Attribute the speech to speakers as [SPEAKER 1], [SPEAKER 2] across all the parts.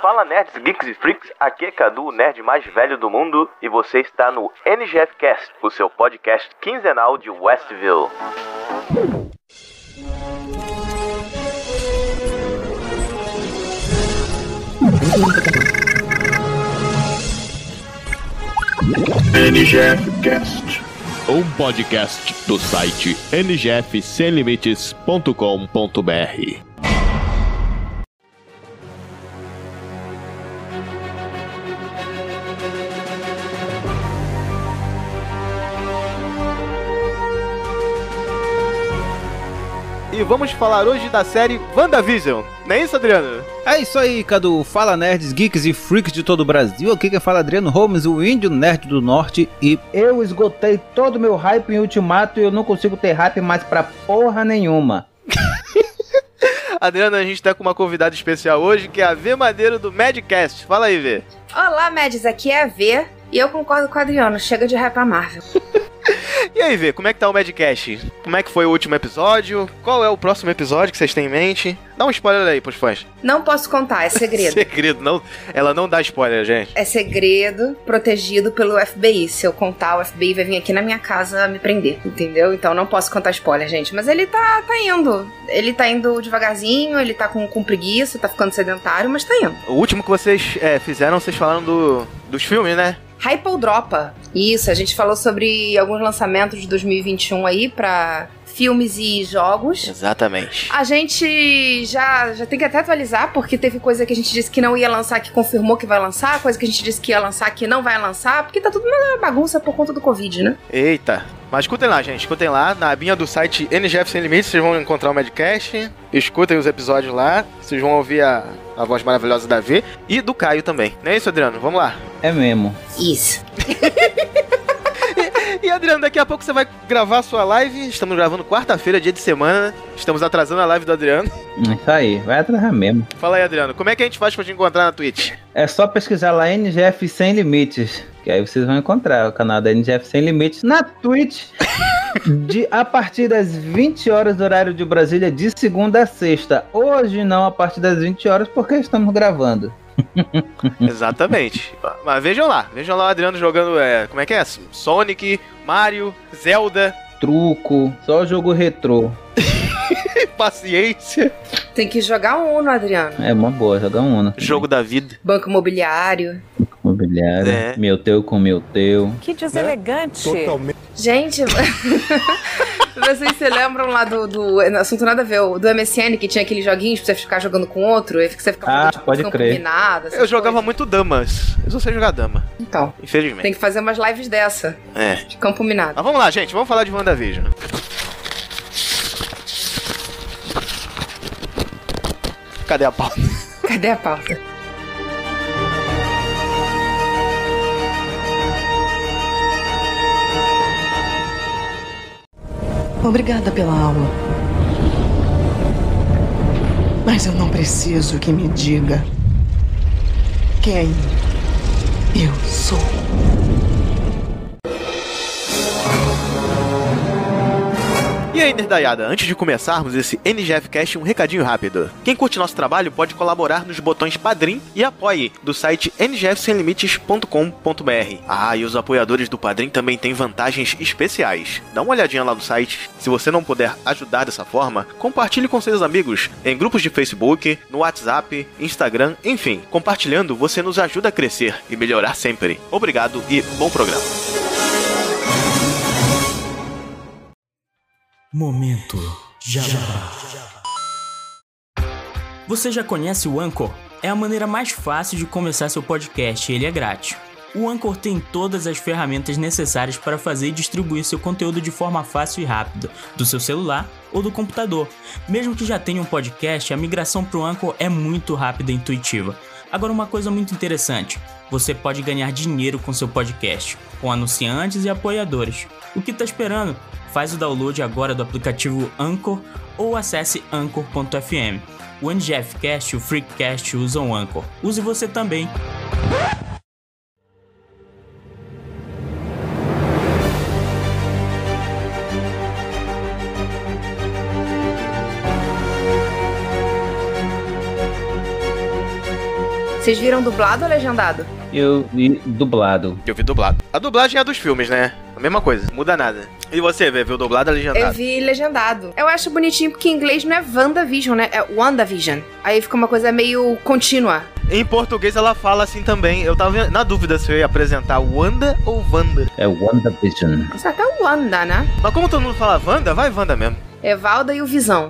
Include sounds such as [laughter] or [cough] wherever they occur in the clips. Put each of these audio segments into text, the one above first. [SPEAKER 1] Fala nerds, geeks e freaks, aqui é Cadu, o nerd mais velho do mundo, e você está no NGFcast, o seu podcast quinzenal de Westville.
[SPEAKER 2] NGFcast.
[SPEAKER 3] um podcast do site ngfsemlimites.com.br.
[SPEAKER 1] E vamos falar hoje da série WandaVision, não é isso, Adriano?
[SPEAKER 4] É isso aí, Cadu. Fala nerds, geeks e freaks de todo o Brasil. Aqui que fala é Adriano Holmes, o índio nerd do norte e
[SPEAKER 5] Eu esgotei todo o meu hype em Ultimato e eu não consigo ter hype mais pra porra nenhuma.
[SPEAKER 1] Adriano, a gente tá com uma convidada especial hoje, que é a V Madeiro do Madcast. Fala aí, V.
[SPEAKER 6] Olá, Mads, aqui é a V e eu concordo com o Adriano, chega de hypar Marvel.
[SPEAKER 1] E aí, V, como é que tá o Madcast? Como é que foi o último episódio? Qual é o próximo episódio que vocês têm em mente? Dá um spoiler aí pros fãs.
[SPEAKER 6] Não posso contar,
[SPEAKER 1] [laughs]
[SPEAKER 6] é segredo.
[SPEAKER 1] Segredo, não. Ela não dá spoiler, gente.
[SPEAKER 6] É segredo protegido pelo FBI. Se eu contar, o FBI vai vir aqui na minha casa me prender, entendeu? Então não posso contar spoiler, gente. Mas ele tá, tá indo. Ele tá indo devagarzinho, ele tá com, com preguiça, tá ficando sedentário, mas tá indo.
[SPEAKER 1] O último que vocês é, fizeram, vocês falaram do, dos filmes, né?
[SPEAKER 6] Hype ou dropa? Isso, a gente falou sobre alguns lançamentos de 2021 aí pra filmes e jogos.
[SPEAKER 1] Exatamente.
[SPEAKER 6] A gente já, já tem que até atualizar, porque teve coisa que a gente disse que não ia lançar, que confirmou que vai lançar, coisa que a gente disse que ia lançar, que não vai lançar, porque tá tudo uma bagunça por conta do Covid, né?
[SPEAKER 1] Eita. Mas escutem lá, gente. Escutem lá. Na abinha do site NGF Sem Limites, vocês vão encontrar o Medcast. Escutem os episódios lá. Vocês vão ouvir a, a voz maravilhosa da V e do Caio também. Não é isso, Adriano? Vamos lá.
[SPEAKER 5] É mesmo.
[SPEAKER 6] Isso.
[SPEAKER 1] E, Adriano, daqui a pouco você vai gravar a sua live. Estamos gravando quarta-feira, dia de semana. né? Estamos atrasando a live do Adriano.
[SPEAKER 5] É Isso aí, vai atrasar mesmo.
[SPEAKER 1] Fala aí, Adriano. Como é que a gente faz pra te encontrar na Twitch? [laughs]
[SPEAKER 5] É só pesquisar lá NGF Sem Limites, que aí vocês vão encontrar o canal da NGF Sem Limites na Twitch. De, a partir das 20 horas do horário de Brasília, de segunda a sexta. Hoje não, a partir das 20 horas, porque estamos gravando.
[SPEAKER 1] Exatamente. Mas vejam lá, vejam lá o Adriano jogando, é, como é que é? Sonic, Mario, Zelda, [laughs]
[SPEAKER 5] Truco, só jogo retrô.
[SPEAKER 1] paciência.
[SPEAKER 6] Tem que jogar um Uno, Adriano.
[SPEAKER 5] É uma boa, jogar um ano.
[SPEAKER 1] Jogo da vida.
[SPEAKER 6] Banco imobiliário.
[SPEAKER 5] Mobiliário,
[SPEAKER 1] É.
[SPEAKER 5] meu teu com meu teu.
[SPEAKER 7] Que deselegante.
[SPEAKER 6] Gente, [laughs] vocês se lembram lá do, do assunto nada a ver, o- do MSN que tinha aqueles joguinhos pra você ficar jogando com outro, e que você ficava
[SPEAKER 5] Ah,
[SPEAKER 6] com a discussão
[SPEAKER 5] pode crer.
[SPEAKER 6] combinada, essas
[SPEAKER 1] Eu jogava
[SPEAKER 6] coisas.
[SPEAKER 1] muito damas. Eu só sei jogar dama,
[SPEAKER 6] Então,
[SPEAKER 1] infelizmente.
[SPEAKER 6] tem que fazer umas lives dessa,
[SPEAKER 1] É.
[SPEAKER 6] de campo minado.
[SPEAKER 1] Mas vamos lá, gente, vamos falar de WandaVision. Cadê a pauta?
[SPEAKER 6] Cadê a pauta?
[SPEAKER 8] Obrigada pela aula. Mas eu não preciso que me diga quem é eu sou.
[SPEAKER 1] E aí, Nerdaiada, antes de começarmos esse NGFcast, um recadinho rápido. Quem curte nosso trabalho pode colaborar nos botões Padrim e Apoie, do site ngfsemlimites.com.br. Ah, e os apoiadores do Padrim também têm vantagens especiais. Dá uma olhadinha lá no site. Se você não puder ajudar dessa forma, compartilhe com seus amigos, em grupos de Facebook, no WhatsApp, Instagram, enfim. Compartilhando, você nos ajuda a crescer e melhorar sempre. Obrigado e bom programa.
[SPEAKER 9] Momento Jabá. Você já conhece o Anchor? É a maneira mais fácil de começar seu podcast e ele é grátis. O Anchor tem todas as ferramentas necessárias para fazer e distribuir seu conteúdo de forma fácil e rápida, do seu celular ou do computador. Mesmo que já tenha um podcast, a migração para o Anchor é muito rápida e intuitiva. Agora, uma coisa muito interessante: você pode ganhar dinheiro com seu podcast, com anunciantes e apoiadores. O que está esperando? Faz o download agora do aplicativo Anchor ou acesse anchor.fm. O NGFcast e o Freakcast usam Anchor. Use você também.
[SPEAKER 6] Vocês viram dublado ou legendado?
[SPEAKER 5] Eu vi dublado.
[SPEAKER 1] Eu vi dublado. A dublagem é a dos filmes, né? A mesma coisa, muda nada. E você, Vê, viu dublado ou
[SPEAKER 6] Eu
[SPEAKER 1] legendado?
[SPEAKER 6] É vi legendado. Eu acho bonitinho porque em inglês não é WandaVision, né? É WandaVision. Aí fica uma coisa meio contínua.
[SPEAKER 1] Em português ela fala assim também. Eu tava na dúvida se eu ia apresentar Wanda ou Wanda.
[SPEAKER 5] É WandaVision.
[SPEAKER 6] Isso é até o Wanda, né?
[SPEAKER 1] Mas como todo mundo fala Wanda, vai Wanda mesmo.
[SPEAKER 6] Evalda e o Visão.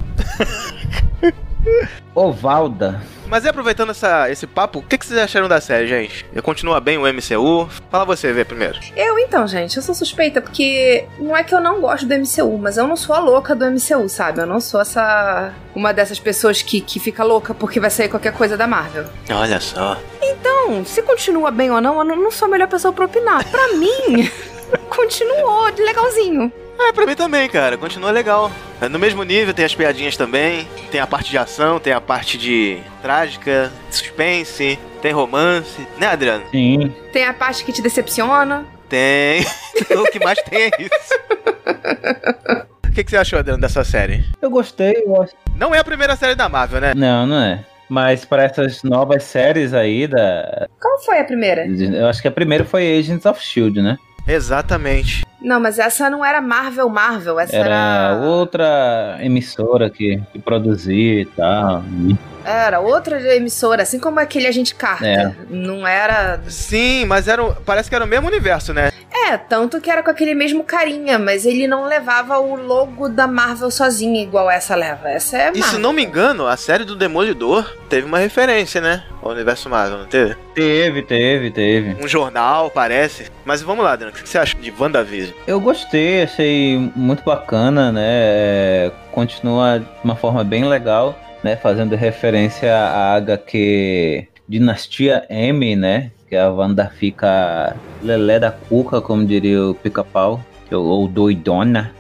[SPEAKER 5] Ovalda.
[SPEAKER 1] Mas e aproveitando essa, esse papo, o que, que vocês acharam da série, gente? Continua bem o MCU? Fala você, Vê, primeiro.
[SPEAKER 6] Eu então, gente, eu sou suspeita porque não é que eu não gosto do MCU, mas eu não sou a louca do MCU, sabe? Eu não sou essa. uma dessas pessoas que, que fica louca porque vai sair qualquer coisa da Marvel.
[SPEAKER 1] Olha só.
[SPEAKER 6] Então, se continua bem ou não, eu não não sou a melhor pessoa pra opinar. Pra [laughs] mim, continuou de legalzinho.
[SPEAKER 1] É, pra mim também, cara. Continua legal. É no mesmo nível, tem as piadinhas também. Tem a parte de ação, tem a parte de trágica, suspense, tem romance. Né, Adriano?
[SPEAKER 5] Sim.
[SPEAKER 6] Tem a parte que te decepciona.
[SPEAKER 1] Tem. [laughs] o que mais tem é isso. [laughs] O que, que você achou, Adriano, dessa série?
[SPEAKER 5] Eu gostei, eu acho.
[SPEAKER 1] Não é a primeira série da Marvel, né?
[SPEAKER 5] Não, não é. Mas para essas novas séries aí da.
[SPEAKER 6] Qual foi a primeira?
[SPEAKER 5] Eu acho que a primeira foi Agents of Shield, né?
[SPEAKER 1] Exatamente.
[SPEAKER 6] Não, mas essa não era Marvel Marvel, essa era.
[SPEAKER 5] Era outra emissora que, que produzia e tal.
[SPEAKER 6] Era outra emissora, assim como aquele Agente Carter.
[SPEAKER 5] É.
[SPEAKER 6] Não era.
[SPEAKER 1] Sim, mas era, o- parece que era o mesmo universo, né?
[SPEAKER 6] É, tanto que era com aquele mesmo carinha, mas ele não levava o logo da Marvel sozinha, igual essa leva. Essa é
[SPEAKER 1] E se
[SPEAKER 6] Marvel.
[SPEAKER 1] não me engano, a série do Demolidor teve uma referência, né? Ao universo Marvel, não teve?
[SPEAKER 5] Teve, teve, teve.
[SPEAKER 1] Um jornal, parece. Mas vamos lá, Adriano, o que você acha de WandaVision?
[SPEAKER 5] Eu gostei, achei muito bacana, né? É, Continua de uma forma bem legal, né? Fazendo referência à HQ Dinastia M, né? Que a Wanda fica lelé da cuca, como diria o pica-pau, ou ou doidona,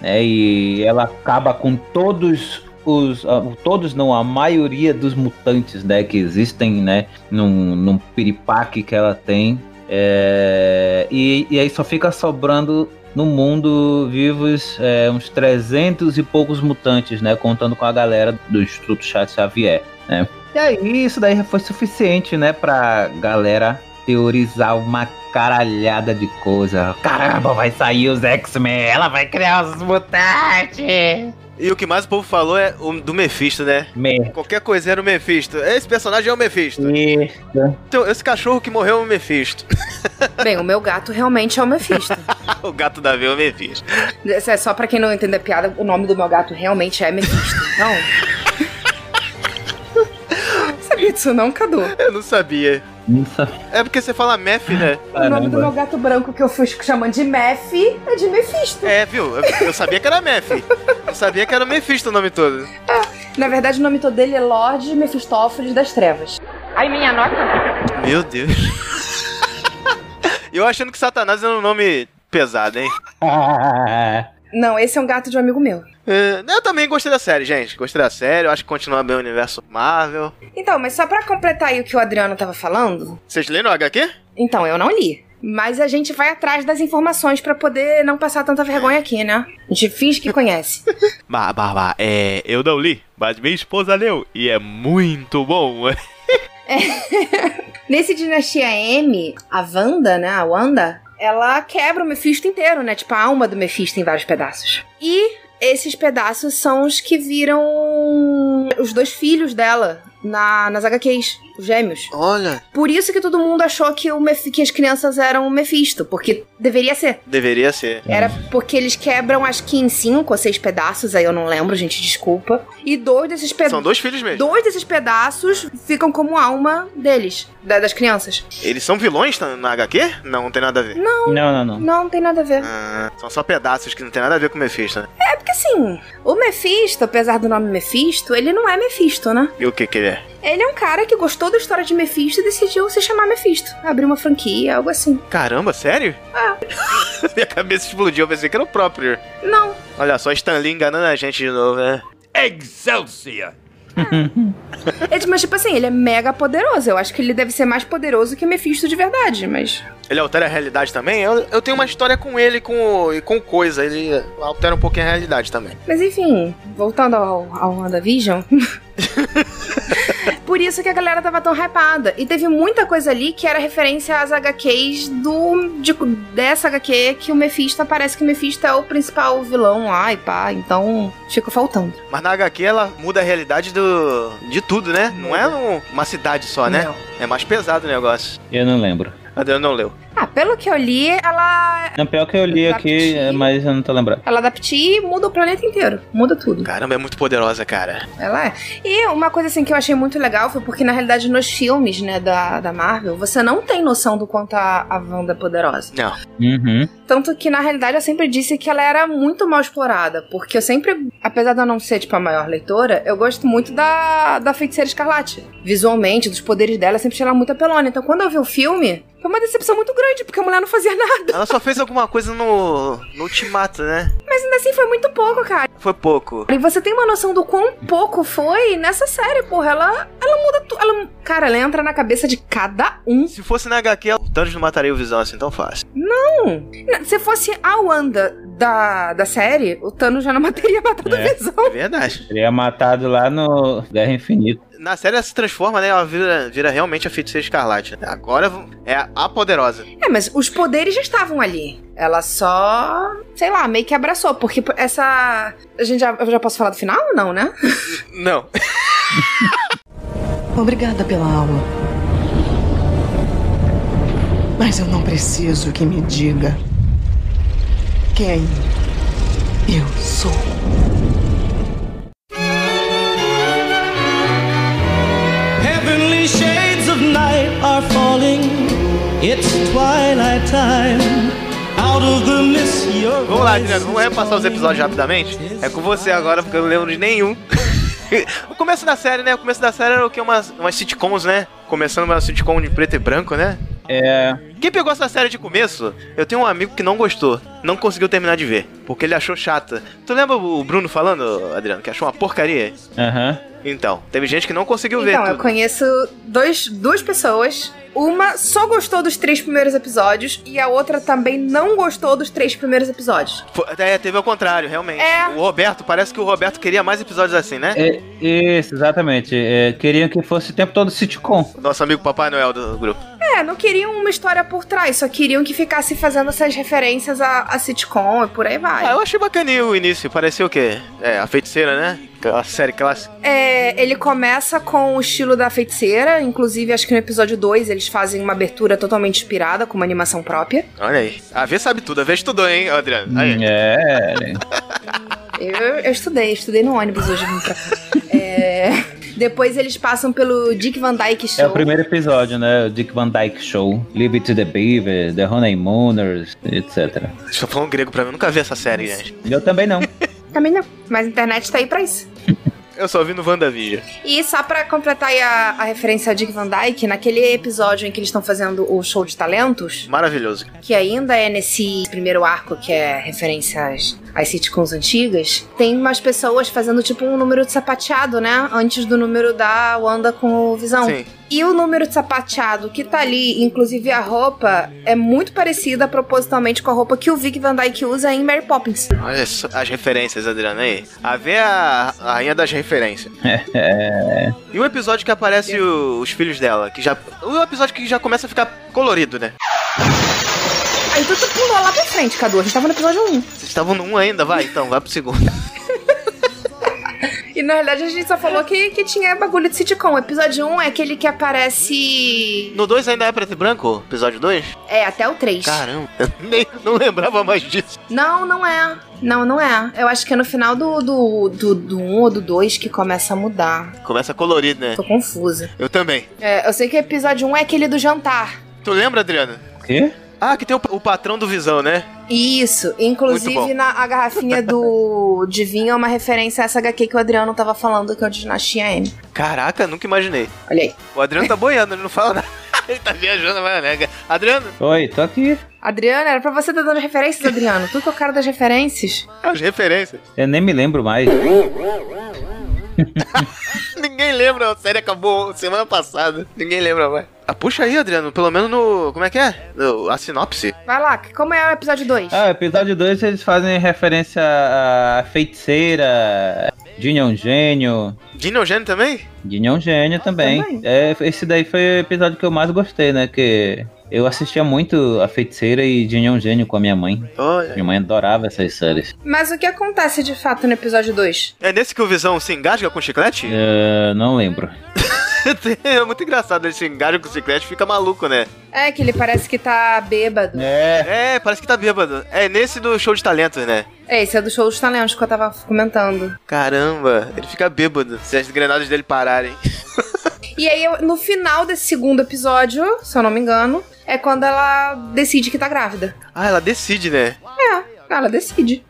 [SPEAKER 5] né? E ela acaba com todos os... ah, Todos não, a maioria dos mutantes, né? Que existem, né? Num, num piripaque que ela tem. É, e, e aí só fica sobrando no mundo vivos é, uns 300 e poucos mutantes, né? Contando com a galera do Instituto Chat Xavier, né? E aí isso daí foi suficiente, né? Pra galera teorizar uma caralhada de coisa. Caramba, vai sair os X-Men, ela vai criar os mutantes!
[SPEAKER 1] E o que mais o povo falou é o do Mephisto, né?
[SPEAKER 5] Me...
[SPEAKER 1] Qualquer coisa era o Mephisto. Esse personagem é o Mephisto. Então, esse cachorro que morreu é o Mephisto. [laughs]
[SPEAKER 6] Bem, o meu gato realmente é o Mephisto.
[SPEAKER 1] o gato da V é o Mephisto.
[SPEAKER 6] Isso é só pra quem não entende a piada, o nome do meu gato realmente é Mephisto. [laughs] Então. Sabia disso não, Cadu?
[SPEAKER 1] Eu não sabia.
[SPEAKER 5] Nossa,
[SPEAKER 1] É porque você fala Meph, né?
[SPEAKER 6] O nome do
[SPEAKER 5] caramba.
[SPEAKER 6] meu gato branco que eu fui chamando de Meph é de Mephisto.
[SPEAKER 1] É, viu? Eu- Eu sabia que era Meph. Eu sabia que era o Mephisto o nome todo.
[SPEAKER 6] Na verdade, o nome todo dele é Lorde Mefistófeles das Trevas. Ai, minha nota?
[SPEAKER 1] Meu Deus. [laughs] Eu achando que Satanás era um nome pesado, hein?
[SPEAKER 6] Não, esse é um gato de um amigo meu.
[SPEAKER 1] É, Eu também gostei da série, gente. Gostei da série. Eu acho que continua bem o universo Marvel.
[SPEAKER 6] Então, mas só pra completar aí o que o Adriano tava falando,
[SPEAKER 1] Vocês leram o HQ?
[SPEAKER 6] então, eu não li. Mas a gente vai atrás das informações pra poder não passar tanta vergonha aqui, né? A gente finge que conhece.
[SPEAKER 3] Bah, bah, bah, é, eu não li, mas minha esposa leu e é muito bom.
[SPEAKER 6] Nesse Dinastia M, a Wanda, né? A Wanda, ela quebra o Mephisto inteiro, né? Tipo, a alma do Mephisto em vários pedaços. E esses pedaços são os que viram os dois filhos dela na, nas HQs, os gêmeos.
[SPEAKER 1] Olha.
[SPEAKER 6] Por isso que todo mundo achou que, o Mef- que as crianças eram o Mephisto, porque deveria ser.
[SPEAKER 1] Deveria ser.
[SPEAKER 6] Era porque eles quebram, acho que em cinco ou seis pedaços, aí eu não lembro, gente, desculpa. E dois desses pedaços.
[SPEAKER 1] São dois filhos mesmo.
[SPEAKER 6] Dois desses pedaços ficam como alma deles, da- das crianças.
[SPEAKER 1] Eles são vilões na, na HQ? Não, não tem nada a ver.
[SPEAKER 5] [laughs] Não, não, não.
[SPEAKER 6] Não, não tem nada a ver.
[SPEAKER 1] Ah, são só pedaços que não tem nada a ver com o Mephisto, né?
[SPEAKER 6] É porque assim, o Mephisto, apesar do nome Mephisto, ele não é Mephisto, né?
[SPEAKER 1] E o que que ele é?
[SPEAKER 6] Ele é um cara que gostou da história de Mephisto e decidiu se chamar Mephisto. Abrir uma franquia, algo assim.
[SPEAKER 1] Caramba, sério? Ah. [laughs] Minha cabeça explodiu, eu pensei que era o próprio.
[SPEAKER 6] Não.
[SPEAKER 1] Olha só, Stan Lee enganando a gente de novo, né?
[SPEAKER 2] Excelsior!
[SPEAKER 6] Ele, mas tipo assim, ele é mega poderoso. Eu acho que ele deve ser mais poderoso que Mephisto de verdade, mas...
[SPEAKER 1] Ele altera a realidade também? Eu, eu tenho uma história com ele e com, o- e com coisa. Ele altera um pouquinho a realidade também.
[SPEAKER 6] Mas enfim, voltando ao, ao WandaVision... [laughs] Por isso que a galera tava tão hypada. E teve muita coisa ali que era referência às HQs do, de- dessa HQ que o Mephisto aparece que o Mephisto é o principal vilão lá e pá. Então ficou faltando.
[SPEAKER 1] Mas na HQ ela muda a realidade do, de tudo, né? Não é um- uma cidade só, né?
[SPEAKER 6] Não.
[SPEAKER 1] É mais pesado o negócio.
[SPEAKER 5] Eu não lembro.
[SPEAKER 1] Adriano não leu.
[SPEAKER 6] Ah, pelo que eu li, ela.
[SPEAKER 5] Não, pior que eu li aqui, é, mas eu não tô lembrando.
[SPEAKER 6] Ela adapta e muda o planeta inteiro. Muda tudo.
[SPEAKER 1] Caramba, é muito poderosa, cara.
[SPEAKER 6] Ela é. E uma coisa assim que eu achei muito legal foi porque, na realidade, nos filmes, né, da, da Marvel, você não tem noção do quanto a, a Wanda é poderosa.
[SPEAKER 1] Não.
[SPEAKER 5] Uhum.
[SPEAKER 6] Tanto que, na realidade, eu sempre disse que ela era muito mal explorada. Porque eu sempre, apesar de eu não ser, tipo, a maior leitora, eu gosto muito da, da feiticeira escarlate. Visualmente, dos poderes dela, eu sempre achei ela muito apelona. Então, quando eu vi o filme, foi uma decepção muito grande, porque a mulher não fazia [laughs] nada.
[SPEAKER 1] Ela só fez alguma coisa no, no ultimato, né?
[SPEAKER 6] Mas ainda assim foi muito pouco, cara.
[SPEAKER 1] Foi pouco.
[SPEAKER 6] E você tem uma noção do quão pouco foi nessa série, porra. Ela, ela muda tudo. Ela, cara, ela entra na cabeça de cada um.
[SPEAKER 1] Se fosse na HQ, o Thanos não mataria o Visão assim tão fácil.
[SPEAKER 6] Se fosse a Wanda da, da série, o Thanos já não [laughs] teria matado
[SPEAKER 5] É.
[SPEAKER 6] o Visão.
[SPEAKER 1] É verdade.
[SPEAKER 5] Seria matado lá no Guerra Infinita.
[SPEAKER 1] Na série ela se transforma, né? Ela vira, vira realmente a feiticeira escarlate. né? Agora é a poderosa.
[SPEAKER 6] É, mas os poderes já estavam ali. Ela só, sei lá, meio que abraçou. Porque essa... A gente já, eu já posso falar do final ou não, né?
[SPEAKER 1] Não.
[SPEAKER 8] Obrigada pela aula. Mas eu não preciso que me diga quem é eu sou.
[SPEAKER 7] Heavenly shades of night are falling. It's twilight time. Out of the mist, your
[SPEAKER 1] Vamos lá,
[SPEAKER 7] voice
[SPEAKER 1] Adriano. Vamos
[SPEAKER 7] is
[SPEAKER 1] repassar os
[SPEAKER 7] calling.
[SPEAKER 1] episódios rapidamente? É com você agora, porque eu não lembro de nenhum. [laughs] o começo da série, né? O começo da série era o que? Umas, umas sitcoms, né? Começando uma sitcom de preto e branco, né?
[SPEAKER 5] É.
[SPEAKER 1] Quem pegou essa série de começo, eu tenho um amigo que não gostou. Não conseguiu terminar de ver, porque ele achou chata. Tu lembra o Bruno falando, Adriano, que achou uma porcaria?
[SPEAKER 5] Aham.
[SPEAKER 1] Então, teve gente que não conseguiu ver
[SPEAKER 6] Então, eu
[SPEAKER 1] tudo.
[SPEAKER 6] conheço dois, duas pessoas. Uma só gostou dos três primeiros episódios e a outra também não gostou dos três primeiros episódios.
[SPEAKER 1] Foi- É, teve ao contrário, realmente.
[SPEAKER 6] É.
[SPEAKER 1] O Roberto, parece que o Roberto queria mais episódios assim, né?
[SPEAKER 5] É, isso, exatamente. É, queriam que fosse o tempo todo sitcom.
[SPEAKER 1] Nosso amigo Papai Noel do grupo.
[SPEAKER 6] É, não queriam uma história por trás, só queriam que ficasse fazendo essas referências a, a sitcom e por aí vai.
[SPEAKER 1] Ah, eu achei bacaninho o início. Parecia o quê? É, a feiticeira, né? Aquela série clássica.
[SPEAKER 6] É, ele começa com o estilo da feiticeira, inclusive acho que no episódio 2 eles fazem uma abertura totalmente inspirada, com uma animação própria.
[SPEAKER 1] Olha aí. A V sabe tudo. A V estudou, hein, Adriano? Aí.
[SPEAKER 5] É.
[SPEAKER 6] Eu, eu estudei, estudei no ônibus hoje. vim pra cá. É, depois eles passam pelo Dick Van Dyke Show.
[SPEAKER 5] É o primeiro episódio, né? O Dick Van Dyke Show. Leave it to the Beaver, The Honeymooners, etc.
[SPEAKER 1] Vocês estão falando grego pra mim. Eu nunca vi essa série, gente.
[SPEAKER 5] Eu também não.
[SPEAKER 6] Também não. Mas a internet tá aí pra isso.
[SPEAKER 1] Eu só vi no WandaVision.
[SPEAKER 6] E só pra completar aí a, a referência a Dick Van Dyke, naquele episódio em que eles estão fazendo o show de talentos,
[SPEAKER 1] Maravilhoso.
[SPEAKER 6] que ainda é nesse primeiro arco que é referência às, às sitcoms antigas, tem umas pessoas fazendo tipo um número de sapateado, né? Antes do número da Wanda com o Visão.
[SPEAKER 1] Sim.
[SPEAKER 6] E o número de sapateado que tá ali, inclusive a roupa, é muito parecida propositalmente com a roupa que o Vic Van Dyke usa em Mary Poppins.
[SPEAKER 1] Olha só as referências, Adriano, aí. A V é a, a rainha das referências. E o episódio que aparece o- os filhos dela, que já. O episódio que já começa a ficar colorido, né?
[SPEAKER 6] Aí tu, tu pulou lá pra frente, Cadu. A gente tava no episódio 1.
[SPEAKER 1] Vocês estavam no 1 ainda, vai então, vai pro segundo.
[SPEAKER 6] E na verdade a gente só falou que, que tinha bagulho de sitcom. O episódio 1 é aquele que aparece.
[SPEAKER 1] No 2 ainda é preto e branco? Episódio 2?
[SPEAKER 6] É, até o 3.
[SPEAKER 1] Caramba, [laughs] nem, não lembrava mais disso.
[SPEAKER 6] Não, não é. Não, não é. Eu acho que é no final do, do, do, do 1 ou do 2 que começa a mudar.
[SPEAKER 1] Começa colorido, né?
[SPEAKER 6] Tô confusa.
[SPEAKER 1] Eu também.
[SPEAKER 6] É, eu sei que o episódio 1 é aquele do jantar.
[SPEAKER 1] Tu lembra, Adriana?
[SPEAKER 5] O quê?
[SPEAKER 1] Ah, que tem o, o patrão do Visão, né?
[SPEAKER 6] Isso.
[SPEAKER 1] Muito
[SPEAKER 6] Inclusive,
[SPEAKER 1] bom.
[SPEAKER 6] na, a
[SPEAKER 1] [laughs]
[SPEAKER 6] garrafinha do de vinho é uma referência a essa HQ que o Adriano tava falando, que é o de Dinastia M.
[SPEAKER 1] Caraca, nunca imaginei.
[SPEAKER 6] Olha aí.
[SPEAKER 1] O Adriano tá boiando, ele não fala nada. [laughs] ele tá viajando, vai, né? Adriano,
[SPEAKER 5] Oi, tô aqui.
[SPEAKER 6] Adriano, era pra você estar dando referências, Adriano. Tu que é o cara das referências.
[SPEAKER 1] É as referências.
[SPEAKER 5] Eu nem me lembro mais.
[SPEAKER 1] Ninguém lembra, a série acabou semana passada. Ninguém lembra mais. Ah, puxa aí, Adriano, pelo menos no. Como é que é? No- a sinopse.
[SPEAKER 6] Vai lá, que- como é o episódio 2?
[SPEAKER 5] Ah, episódio 2 eles fazem referência à feiticeira Dini é um gênio.
[SPEAKER 1] Dino Eugênio também?
[SPEAKER 5] Dini é um gênio também.
[SPEAKER 6] também.
[SPEAKER 5] É, esse daí foi o episódio que eu mais gostei, né? Que eu assistia muito A Feiticeira e Dini é um gênio com a minha mãe.
[SPEAKER 1] Olha.
[SPEAKER 5] Minha mãe adorava essas séries.
[SPEAKER 6] Mas o que acontece de fato no episódio 2?
[SPEAKER 1] É nesse que o Visão se engasga com chiclete?
[SPEAKER 5] Eu Ah, não lembro.
[SPEAKER 1] [laughs] É muito engraçado, ele se engasga com chiclete e fica maluco, né?
[SPEAKER 6] É que ele parece que tá bêbado.
[SPEAKER 5] É.
[SPEAKER 1] É, parece que tá bêbado. É nesse do show de talentos, né?
[SPEAKER 6] É, esse é do show dos talentos que eu tava comentando.
[SPEAKER 1] Caramba, ele fica bêbado se as engrenagens dele pararem.
[SPEAKER 6] E aí, eu- no final desse segundo episódio, se eu não me engano, é quando ela decide que tá grávida.
[SPEAKER 1] Ah, ela decide, né? [laughs]
[SPEAKER 6] É, ela decide.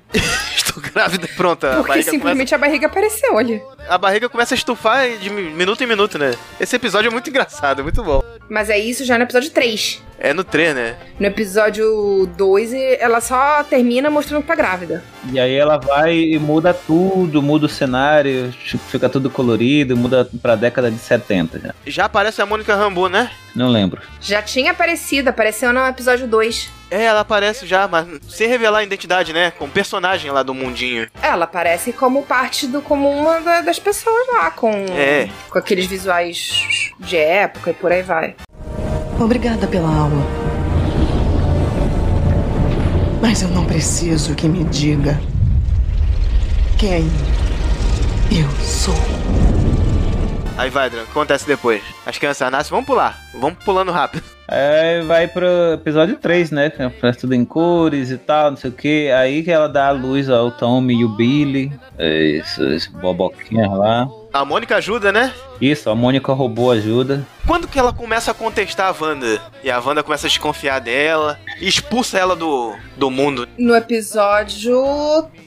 [SPEAKER 1] Estou grávida, pronta. a
[SPEAKER 6] Porque
[SPEAKER 1] Ah, barriga
[SPEAKER 6] simplesmente a barriga apareceu ali.
[SPEAKER 1] começa- a barriga começa a estufar de minuto em minuto, né? Esse episódio é muito engraçado, muito bom.
[SPEAKER 6] Mas é isso já no episódio 3.
[SPEAKER 1] É no trem, né?
[SPEAKER 6] No episódio 2, ela só termina mostrando que tá grávida.
[SPEAKER 5] E aí ela vai e muda tudo, muda o cenário, tipo, fica tudo colorido, muda pra década de 70 já.
[SPEAKER 1] Já aparece a Mônica Rambo, né?
[SPEAKER 5] Não lembro.
[SPEAKER 6] Já tinha aparecido, apareceu no episódio 2.
[SPEAKER 1] É, ela aparece já, mas sem revelar a identidade, né? Com personagem lá do mundinho.
[SPEAKER 6] Ela aparece como parte do. como uma da- das pessoas lá, com,
[SPEAKER 1] É.
[SPEAKER 6] com aqueles visuais de época e por aí vai.
[SPEAKER 8] Obrigada pela aula. Mas eu não preciso que me diga quem eu sou.
[SPEAKER 1] Aí vai, Adriano, acontece depois. As crianças nascem, vamos pular. Vamos pulando rápido.
[SPEAKER 5] Aí vai pro episódio 3, né? que Aparece tudo em cores e tal, não sei o que. Aí que ela dá a luz ao Tommy e o Billy. Esses boboquinhas lá.
[SPEAKER 1] A Mônica ajuda, né?
[SPEAKER 5] Isso, a Mônica roubou ajuda.
[SPEAKER 1] Quando que ela começa a contestar a Wanda? E a Wanda começa a desconfiar dela e expulsa ela do, do mundo.
[SPEAKER 6] No episódio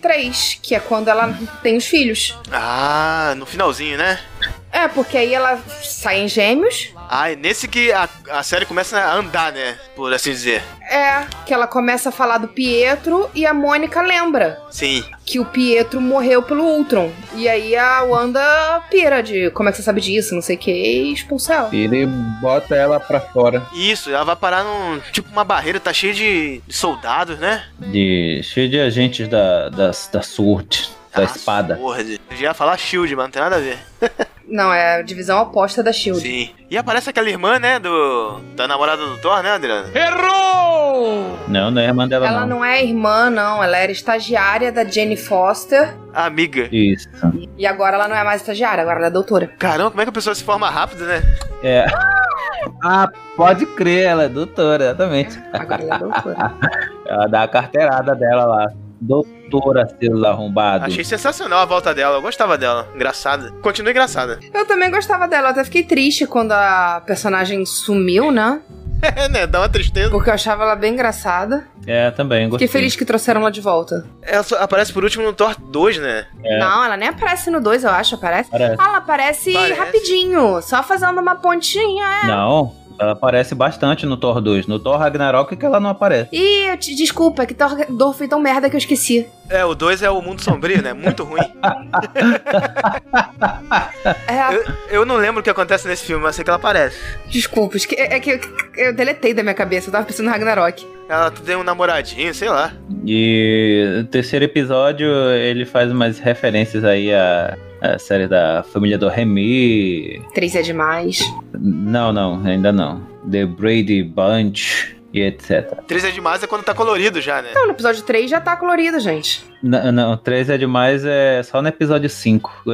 [SPEAKER 6] 3, que é quando ela tem os filhos.
[SPEAKER 1] Ah, no finalzinho, né?
[SPEAKER 6] É, porque aí ela sai em gêmeos.
[SPEAKER 1] Ah, é nesse que a, a série começa a andar, né? Por assim dizer.
[SPEAKER 6] É, que ela começa a falar do Pietro e a Mônica lembra.
[SPEAKER 1] Sim.
[SPEAKER 6] que o Pietro morreu pelo Ultron. E aí a Wanda pira de como é que você sabe disso, não sei o que, e expulsa ela.
[SPEAKER 5] Ele bota ela pra fora.
[SPEAKER 1] Isso, ela vai parar num. Tipo uma barreira, tá cheia de, de soldados, né?
[SPEAKER 5] De, cheio de agentes da, da, da SWORD, da
[SPEAKER 1] Ah,
[SPEAKER 5] Tá espada.
[SPEAKER 1] Sword. Eu já ia falar Shield, mas não tem nada a ver.
[SPEAKER 6] Não, é a divisão oposta da Shield.
[SPEAKER 1] Sim. E aparece aquela irmã, né? Do. Da namorada do Thor, né, Adriano?
[SPEAKER 5] Não, não é irmã dela,
[SPEAKER 6] Ela
[SPEAKER 5] não.
[SPEAKER 6] não é irmã, não. Ela era estagiária da Jenny Foster.
[SPEAKER 1] A amiga.
[SPEAKER 5] Isso.
[SPEAKER 6] E agora ela não é mais estagiária, agora ela é doutora.
[SPEAKER 1] Caramba, como é que a pessoa se forma rápido, né?
[SPEAKER 5] É. Ah, pode crer, ela é doutora, exatamente.
[SPEAKER 6] Agora ela é doutora.
[SPEAKER 5] Ela dá a carteirada dela lá. Doutora, seus arrombados.
[SPEAKER 1] Achei sensacional a volta dela. Eu gostava dela. Engraçada. Continua engraçada.
[SPEAKER 6] Eu também gostava dela, eu até fiquei triste quando a personagem sumiu, né?
[SPEAKER 1] É, né? Dá uma tristeza.
[SPEAKER 6] Porque eu achava ela bem engraçada.
[SPEAKER 5] É, também, gostei.
[SPEAKER 6] Fiquei feliz que trouxeram ela de volta.
[SPEAKER 1] Ela só aparece por último no Thor 2, né?
[SPEAKER 5] É.
[SPEAKER 6] Não, ela nem aparece no 2, eu acho, aparece.
[SPEAKER 5] Parece.
[SPEAKER 6] Ah, Ela aparece,
[SPEAKER 1] Parece.
[SPEAKER 6] rapidinho, só fazendo uma pontinha.
[SPEAKER 5] Não, ela aparece bastante no Thor 2. No Thor Ragnarok é que ela não aparece.
[SPEAKER 6] Ih, eu te, desculpa, é que Thor Thor foi tão merda que eu esqueci.
[SPEAKER 1] É, o 2 é o Mundo Sombrio, né? [laughs] Muito ruim.
[SPEAKER 6] É,
[SPEAKER 1] Eu não lembro o que acontece nesse filme, mas sei que ela aparece.
[SPEAKER 6] desculpa, esque- é, é que eu, eu deletei da minha cabeça, eu tava pensando no Ragnarok.
[SPEAKER 1] Ela tem um namoradinho, sei lá.
[SPEAKER 5] E no terceiro episódio ele faz umas referências aí à, à série da família do Remy.
[SPEAKER 6] Três é demais.
[SPEAKER 5] Não, não, ainda não. The Brady Bunch e etc.
[SPEAKER 1] 3 é demais é quando tá colorido já, né?
[SPEAKER 6] Não, no episódio 3 já tá colorido, gente.
[SPEAKER 5] Não, não, 3 é demais é só no episódio 5. O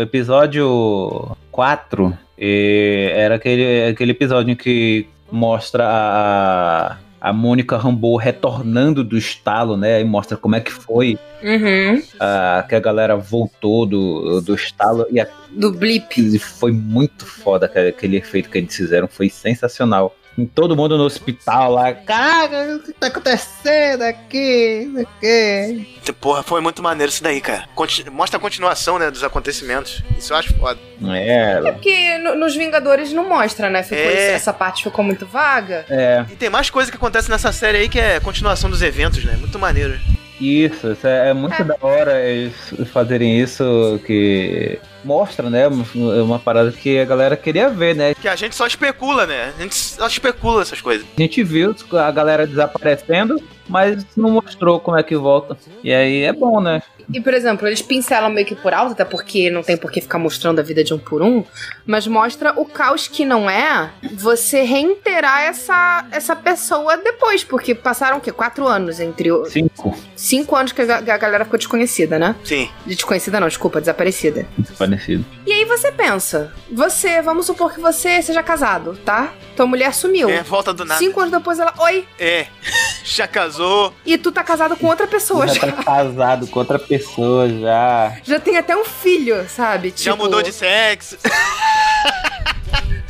[SPEAKER 5] episódio 4 eh, era aquele, aquele episódio em que mostra a, a Mônica Rambeau retornando do estalo, né? E mostra como é que foi
[SPEAKER 6] Uhum.
[SPEAKER 5] ah, que a galera voltou do, do estalo e a-
[SPEAKER 6] Do Blip.
[SPEAKER 5] e foi muito foda cara, aquele efeito que eles fizeram, foi sensacional. E todo mundo no hospital lá, caraca, o que tá acontecendo aqui? Isso aqui?"
[SPEAKER 1] Porra, foi muito maneiro isso daí, cara. Conti- mostra a continuação, né, dos acontecimentos. Isso eu acho foda.
[SPEAKER 5] É,
[SPEAKER 6] Porque no- nos Vingadores não mostra, né? Ficou
[SPEAKER 1] É.
[SPEAKER 6] isso- essa parte ficou muito vaga.
[SPEAKER 5] é,
[SPEAKER 1] E tem mais coisa que acontece nessa série aí que é continuação dos eventos, né? Muito maneiro.
[SPEAKER 5] isso, isso é, é muito da hora eles fazerem isso que mostra, né? Uma uma parada que a galera queria ver, né?
[SPEAKER 1] Que a gente só especula, né? A gente só especula essas coisas.
[SPEAKER 5] A gente viu a galera desaparecendo, mas não mostrou como é que volta. E aí é bom, né?
[SPEAKER 6] E, por exemplo, eles pincelam meio que por alto, até porque não tem por que ficar mostrando a vida de um por um, mas mostra o caos que não é você reinteirar essa, essa pessoa depois, porque passaram o quê? Quatro anos entre. o-
[SPEAKER 5] Cinco.
[SPEAKER 6] Cinco anos que a ga- a galera ficou desconhecida, né?
[SPEAKER 1] Sim.
[SPEAKER 6] Desconhecida não, desculpa, desaparecida.
[SPEAKER 5] Parecido.
[SPEAKER 6] E aí você pensa, você, vamos supor que você seja casado, tá? Tua mulher sumiu.
[SPEAKER 1] É, volta do nada.
[SPEAKER 6] Cinco anos depois ela, oi,
[SPEAKER 1] É. [laughs] Já casou.
[SPEAKER 6] e tu tá casado com outra pessoa
[SPEAKER 5] Já
[SPEAKER 6] já.
[SPEAKER 5] tá casado com outra pessoa já.
[SPEAKER 6] [laughs] Já tem até um filho, sabe?
[SPEAKER 1] Já
[SPEAKER 6] Tipo,
[SPEAKER 1] mudou de sexo.
[SPEAKER 6] E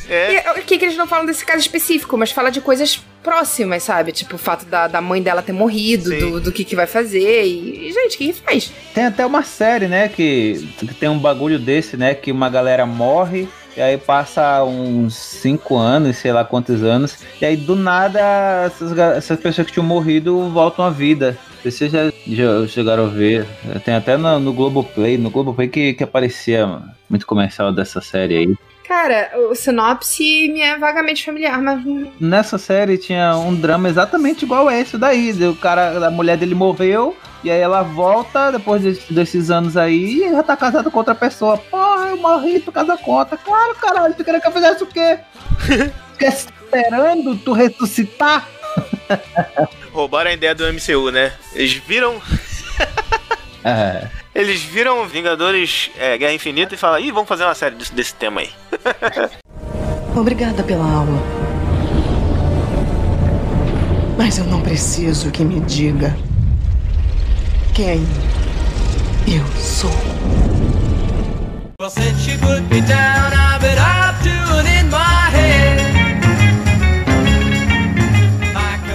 [SPEAKER 1] é.
[SPEAKER 6] O que, que eles não falam desse caso específico, mas fala de coisas próximas, sabe? Tipo, o fato da, da mãe dela ter morrido,
[SPEAKER 1] Sim.
[SPEAKER 6] do, do que, que vai fazer. E, e, gente, o que, que faz?
[SPEAKER 5] Tem até uma série, né, que, que tem um bagulho desse, né, que uma galera morre e aí passa uns 5 anos, sei lá quantos anos, e aí do nada essas, ga- essas pessoas que tinham morrido voltam à vida. Vocês já, já chegaram a ver. Tem até no, no Globoplay, no Globoplay que, que aparecia mano, muito comercial dessa série aí.
[SPEAKER 6] Cara, o sinopse me é vagamente familiar, mas. hum,
[SPEAKER 5] Nessa série tinha um drama exatamente igual a esse daí. O cara, a mulher dele morreu, e aí ela volta depois de- desses anos aí e já tá casada com outra pessoa. Porra, eu morri, tu casa com outra. Claro, caralho, tu queria que eu fizesse o [laughs] quê? Fica esperando tu ressuscitar?
[SPEAKER 1] Roubaram a ideia do MCU, né? Eles viram.
[SPEAKER 5] É.
[SPEAKER 1] Eles viram Vingadores é, Guerra Infinita e falaram, ih, vamos fazer uma série disso- desse tema aí.
[SPEAKER 8] Obrigada pela aula. Mas eu não preciso que me diga quem eu sou.
[SPEAKER 7] Well, since you put me down, I've been up doing in my head.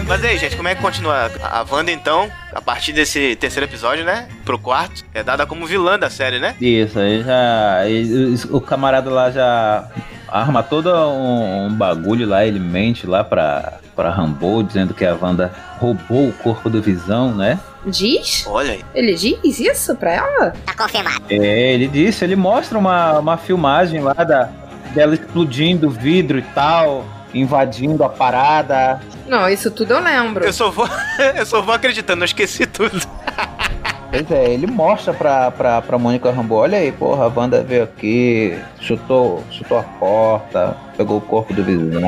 [SPEAKER 1] Mas aí, gente, como é que continua? A a Wanda, então, a partir desse terceiro episódio, né? Pro quarto, é dada como vilã da série, né?
[SPEAKER 5] Isso, aí já. aí o camarada lá já arma todo um, um bagulho lá, ele mente lá pra, pra Rambo, dizendo que a Wanda roubou o corpo do Visão, né?
[SPEAKER 6] Diz?
[SPEAKER 1] Olha aí.
[SPEAKER 6] Ele diz isso pra ela?
[SPEAKER 5] É, ele disse, ele mostra uma, uma filmagem lá da, dela explodindo o vidro e tal, invadindo a parada.
[SPEAKER 6] Não, isso tudo eu lembro.
[SPEAKER 1] Eu só vou, [laughs] eu só vou acreditando, eu esqueci tudo.
[SPEAKER 5] Pois é, ele mostra pra, pra, pra Mônica Rambo, olha aí, porra, a banda veio aqui, chutou, chutou a porta, pegou o corpo do vizinho.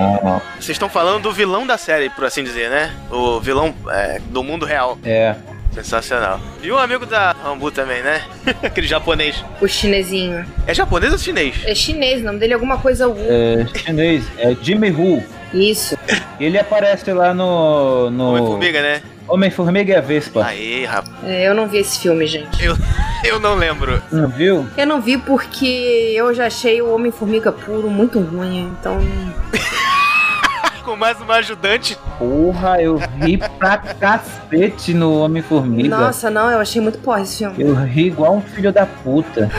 [SPEAKER 1] Vocês estão falando do vilão da série, por assim dizer, né? O vilão é, do mundo real.
[SPEAKER 5] É,
[SPEAKER 1] Sensacional. E um amigo da Rambu também, né? [laughs] Aquele japonês.
[SPEAKER 6] O chinesinho.
[SPEAKER 1] É japonês ou chinês?
[SPEAKER 6] É chinês, o nome dele é alguma coisa Wu.
[SPEAKER 5] é chinês, é Jimmy Woo.
[SPEAKER 6] Isso.
[SPEAKER 5] Ele aparece lá no. no
[SPEAKER 1] Homem-formiga, né?
[SPEAKER 5] Homem-Formiga e a Vespa.
[SPEAKER 1] Aí, rapaz.
[SPEAKER 6] É, eu não vi esse filme, gente.
[SPEAKER 1] Eu não lembro.
[SPEAKER 5] Não viu?
[SPEAKER 6] Eu não vi porque eu já achei o Homem-Formiga puro muito ruim, então.
[SPEAKER 1] Com mais uma ajudante.
[SPEAKER 5] Porra, eu ri pra cacete no Homem-Formiga.
[SPEAKER 6] Nossa, não, eu achei muito porra esse filme.
[SPEAKER 5] Eu ri igual um filho da puta.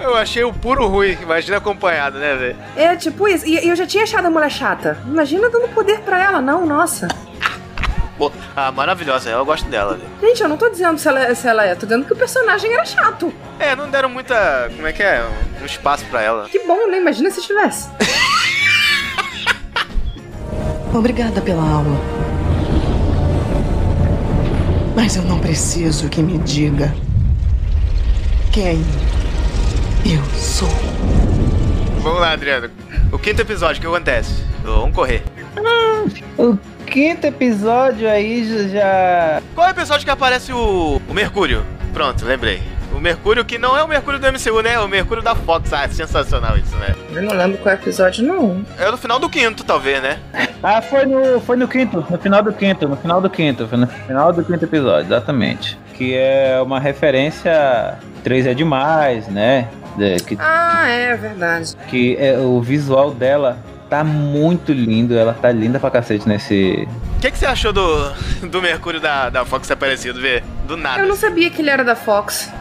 [SPEAKER 1] Eu achei o puro ruim. Imagina acompanhado, né, velho?
[SPEAKER 6] É, tipo isso. E eu já tinha achado a mulher chata. Imagina dando poder pra ela, não, nossa.
[SPEAKER 1] Pô, Ah, maravilhosa. Eu gosto dela, velho.
[SPEAKER 6] Gente, eu não tô dizendo se ela, é- se ela é, tô dizendo que o personagem era chato.
[SPEAKER 1] É, não deram muita. Como é que é? Um espaço pra ela.
[SPEAKER 6] Que bom, né? Imagina se tivesse.
[SPEAKER 8] Obrigada pela aula. Mas eu não preciso que me diga quem eu sou.
[SPEAKER 1] Vamos lá, Adriano. O quinto episódio, o que acontece? Vamos correr.
[SPEAKER 5] O quinto episódio aí já.
[SPEAKER 1] Qual é o episódio que aparece o. O Mercúrio? Pronto, lembrei. O Mercúrio que não é o Mercúrio do MCU, né? É o Mercúrio da Fox. Ah, é sensacional isso, né?
[SPEAKER 6] Eu não lembro qual episódio, não.
[SPEAKER 1] É no final do quinto, talvez, né?
[SPEAKER 5] Ah, foi no, foi no quinto, no final do quinto, no final do quinto, foi no final do quinto episódio, exatamente. Que é uma referência. Três é demais, né? É, que
[SPEAKER 6] Ah, é verdade.
[SPEAKER 5] que é, o visual dela tá muito lindo, ela tá linda pra cacete nesse. [laughs]
[SPEAKER 1] O que, que você achou do, do Mercúrio da, da Fox ter aparecido, vê? Do nada.
[SPEAKER 6] Eu não sabia que ele era da Fox.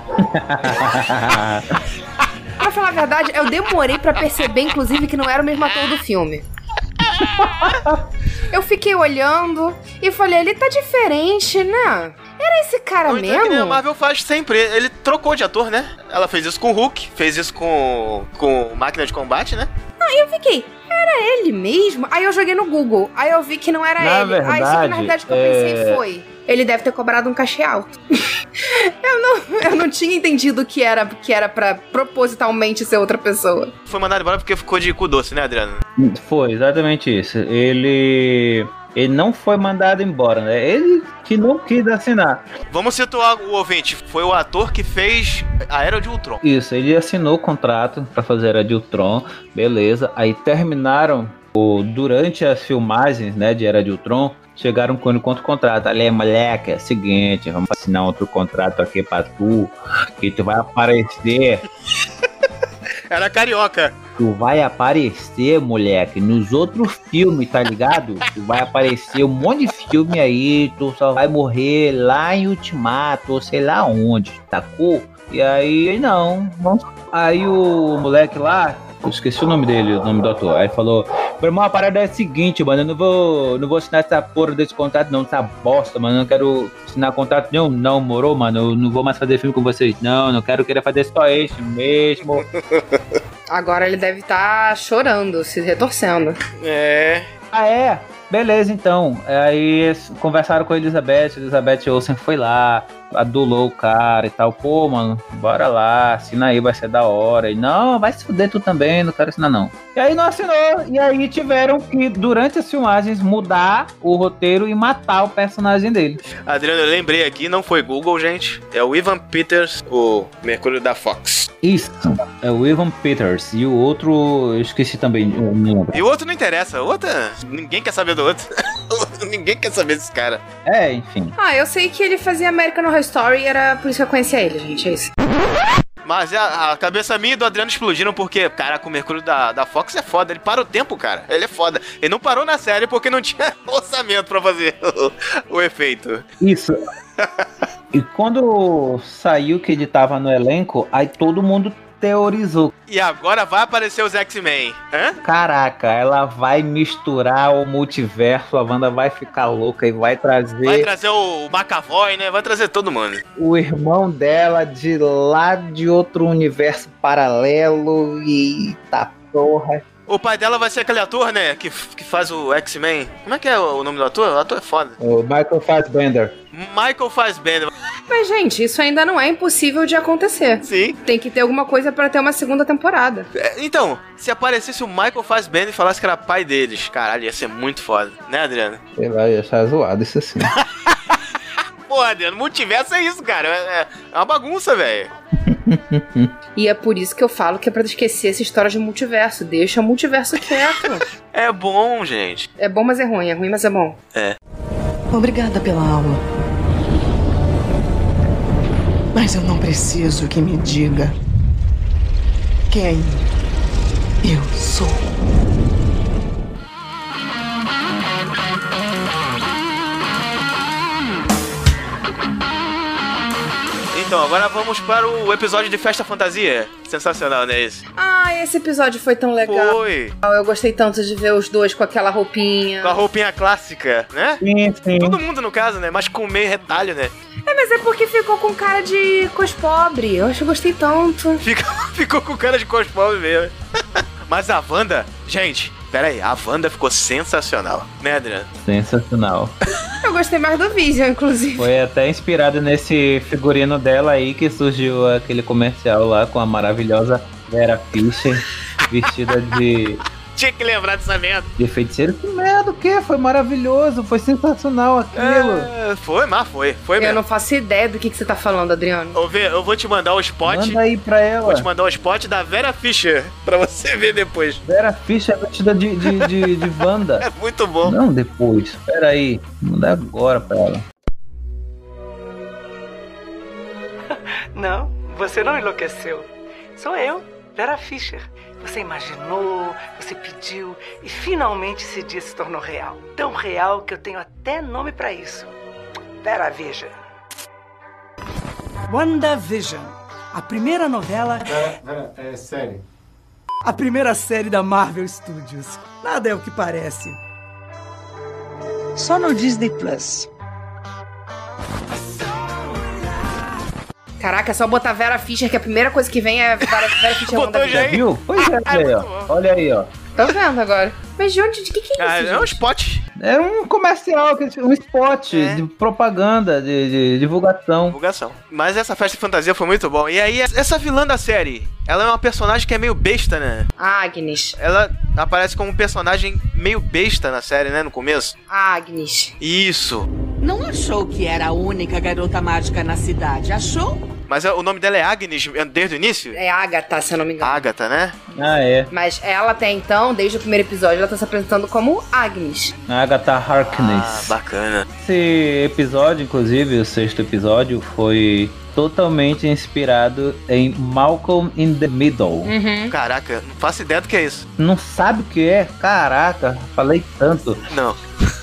[SPEAKER 6] Pra falar a verdade, eu demorei pra perceber, inclusive, que não era o mesmo ator do filme. Eu fiquei olhando e falei, ele tá diferente, né? Era esse cara
[SPEAKER 1] Ou então é que nem a
[SPEAKER 6] mesmo?
[SPEAKER 1] Marvel faz sempre. Ele trocou de ator, né? Ela fez isso com o Hulk, fez isso com, com Máquina de Combate, né?
[SPEAKER 6] Eu fiquei, era ele mesmo? Aí eu joguei no Google, aí eu vi que não era
[SPEAKER 5] Na
[SPEAKER 6] ele. aí só que
[SPEAKER 5] verdade,
[SPEAKER 6] na verdade o que eu
[SPEAKER 5] é-
[SPEAKER 6] pensei foi, ele deve ter cobrado um cachê alto. [laughs] Eu não tinha entendido que era que era para propositalmente ser outra pessoa.
[SPEAKER 1] Foi mandado embora porque ficou de cu doce, né, Adriano?
[SPEAKER 5] Foi exatamente isso. Ele. Ele não foi mandado embora, né? Ele que não quis assinar.
[SPEAKER 1] Vamos situar o ouvinte. Foi o ator que fez a Era de Ultron.
[SPEAKER 5] Isso, ele assinou o contrato pra fazer a de Ultron, beleza. Aí terminaram o, durante as filmagens, né, de Era de Ultron. Chegaram com ele contra o contrato. Ali, moleque, é o seguinte, vamos assinar outro contrato aqui pra tu, que tu vai aparecer
[SPEAKER 1] Era carioca.
[SPEAKER 5] Tu vai aparecer, moleque, nos outros filmes, tá ligado? Tu vai aparecer um monte de filme aí, tu só vai morrer lá em Ultimato, ou sei lá onde, tacou? E aí, não, não. Aí o moleque lá, eu esqueci o nome dele, o nome do ator, aí falou, meu irmão, a parada é a seguinte, mano, eu não vou, não vou assinar essa porra desse contrato não, essa bosta, mano, eu não quero assinar contrato nenhum, não, morou, mano, eu não vou mais fazer filme com vocês, não, não quero, eu queria fazer só este mesmo.
[SPEAKER 6] Agora ele deve estar chorando, se retorcendo.
[SPEAKER 1] É.
[SPEAKER 5] Ah, é? Beleza, então. Aí eles conversaram com a Elizabeth, a Elizabeth Olsen foi lá, adulou o cara e tal. Pô, mano, bora lá, assina aí, vai ser da hora. E não, vai se fuder tu também, não quero assinar não. E aí não assinou, e aí tiveram que, durante as filmagens, mudar o roteiro e matar o personagem dele.
[SPEAKER 1] Adriano, eu lembrei aqui, não foi Google, gente. É o Ivan Peters, o Mercúrio da Fox.
[SPEAKER 5] Isso, é o Evan Peters. E o outro, eu esqueci também, eu não lembro.
[SPEAKER 1] E o outro não interessa. O outro. é- Ninguém quer saber do outro. [laughs] Ninguém quer saber desse cara.
[SPEAKER 5] É, enfim.
[SPEAKER 6] Ah, eu sei que ele fazia American Horror Story e era por isso que eu conhecia ele, gente. É isso.
[SPEAKER 1] Mas é, a, a cabeça minha e do Adriano explodiram porque, caraca, o Mercúrio da, da Fox é foda. Ele para o tempo, cara. Ele é foda. Ele não parou na série porque não [laughs] tinha orçamento pra fazer o, o efeito.
[SPEAKER 5] Isso. e quando saiu que ele tava no elenco, aí todo mundo teorizou.
[SPEAKER 1] E agora vai aparecer os X-Men. Hã?
[SPEAKER 5] Caraca, ela vai misturar o multiverso, a Wanda vai ficar louca e vai trazer
[SPEAKER 1] Vai trazer o McAvoy, né? Vai trazer todo mundo.
[SPEAKER 5] o irmão dela de lá de outro universo paralelo e tá porra.
[SPEAKER 1] O pai dela vai ser aquele ator, né? Que, que faz o X-Men. Como é que é o nome do ator? O ator é foda.
[SPEAKER 5] O Michael Fassbender.
[SPEAKER 1] Michael Fassbender.
[SPEAKER 6] Mas, gente, isso ainda não é impossível de acontecer.
[SPEAKER 1] Sim.
[SPEAKER 6] Tem que ter alguma coisa pra ter uma segunda temporada.
[SPEAKER 1] É, Então, se aparecesse o Michael Fassbender e falasse que era pai deles, caralho, ia ser muito foda. Né, Adriano?
[SPEAKER 5] Sei lá, ia achar zoado isso assim.
[SPEAKER 1] Pô, Adriano, multiverso é isso, cara. É, é- é uma bagunça, velho.
[SPEAKER 6] E é por isso que eu falo que é pra esquecer essa história de multiverso. Deixa o multiverso quieto.
[SPEAKER 1] É bom, gente.
[SPEAKER 6] é bom, mas é ruim. É ruim, mas é bom.
[SPEAKER 8] Obrigada pela aula. Mas eu não preciso que me diga quem eu sou.
[SPEAKER 1] Então, agora vamos para o episódio de Festa Fantasia. Sensacional, né, esse?
[SPEAKER 6] Ah, esse episódio foi tão legal.
[SPEAKER 1] Foi.
[SPEAKER 6] Eu gostei tanto de ver os dois com aquela roupinha.
[SPEAKER 1] Com a roupinha clássica, né?
[SPEAKER 5] sim, sim.
[SPEAKER 1] Todo mundo, no caso, né? Mas com meio retalho, né? [laughs]
[SPEAKER 6] É, mas é porque ficou com cara de cos pobre. Eu acho que eu gostei tanto.
[SPEAKER 1] Ficou com cara de cosplay mesmo. [laughs] Mas a Wanda, gente, pera aí, a Wanda ficou sensacional, né, Adriano?
[SPEAKER 5] Sensacional.
[SPEAKER 6] Eu gostei mais do Vision, inclusive.
[SPEAKER 5] Foi até inspirado nesse figurino dela aí que surgiu aquele comercial lá com a maravilhosa Vera Fischer vestida de,
[SPEAKER 1] Tinha que lembrar dessa merda.
[SPEAKER 5] de feiticeiro. Que merda, o que? Foi maravilhoso, foi sensacional aquilo.
[SPEAKER 1] É, foi, mas foi, foi
[SPEAKER 6] Eu
[SPEAKER 1] mesmo.
[SPEAKER 6] não faço ideia do que, que você tá falando, Adriano.
[SPEAKER 1] Ô, Vê, eu vou te mandar o spot.
[SPEAKER 5] Manda aí pra ela.
[SPEAKER 1] Vou te mandar o spot da Vera Fischer pra você ver depois.
[SPEAKER 5] Vera Fischer vestida de, de, de, de
[SPEAKER 1] [laughs]
[SPEAKER 5] Wanda.
[SPEAKER 1] É muito bom.
[SPEAKER 5] Não depois, pera aí. Manda agora pra ela.
[SPEAKER 10] Não, você não enlouqueceu. Sou eu, Vera Fischer. Você imaginou, você pediu e finalmente esse dia se tornou real. Tão real que eu tenho até nome pra isso. Vera Vision. WandaVision, a primeira novela,
[SPEAKER 11] É sério.
[SPEAKER 10] a primeira série da Marvel Studios. Nada é o que parece. Só no Disney Plus.
[SPEAKER 6] Caraca, é só botar Vera Fischer, que a primeira coisa que vem é Vera, Vera Fischer
[SPEAKER 1] Botou
[SPEAKER 6] Wanda
[SPEAKER 1] já aí.
[SPEAKER 6] Vision.
[SPEAKER 1] [laughs] É
[SPEAKER 5] Viu? Pois é, olha aí, ó. Olha aí, ó.
[SPEAKER 6] Tô vendo agora. Mas de onde? De que que é
[SPEAKER 1] Ah,
[SPEAKER 6] isso,
[SPEAKER 1] é um
[SPEAKER 6] gente?
[SPEAKER 1] spot.
[SPEAKER 5] Era um comercial, aquele- um spot
[SPEAKER 1] É.
[SPEAKER 5] de propaganda, de, de divulgação.
[SPEAKER 1] Divulgação. Mas essa festa de fantasia foi muito bom. E aí, essa vilã da série, ela é uma personagem que é meio besta, né?
[SPEAKER 6] Agnes.
[SPEAKER 1] Ela aparece como um personagem meio besta na série, né? No começo.
[SPEAKER 6] Agnes.
[SPEAKER 1] Isso.
[SPEAKER 11] Não achou que era a única garota mágica na cidade, achou?
[SPEAKER 1] Mas o nome dela é Agnes desde o início?
[SPEAKER 6] É Agatha, se eu não me engano.
[SPEAKER 1] Agatha, né?
[SPEAKER 5] Ah, é.
[SPEAKER 6] Mas ela até então, desde o primeiro episódio, ela tá se apresentando como Agnes.
[SPEAKER 5] Agatha Harkness.
[SPEAKER 1] Ah, Bacana.
[SPEAKER 5] Esse episódio, inclusive, o sexto episódio, foi totalmente inspirado em Malcolm in the Middle.
[SPEAKER 6] Uhum.
[SPEAKER 1] Caraca, não faço ideia do que é isso.
[SPEAKER 5] Não sabe o que é? Caraca, falei tanto.
[SPEAKER 1] Não.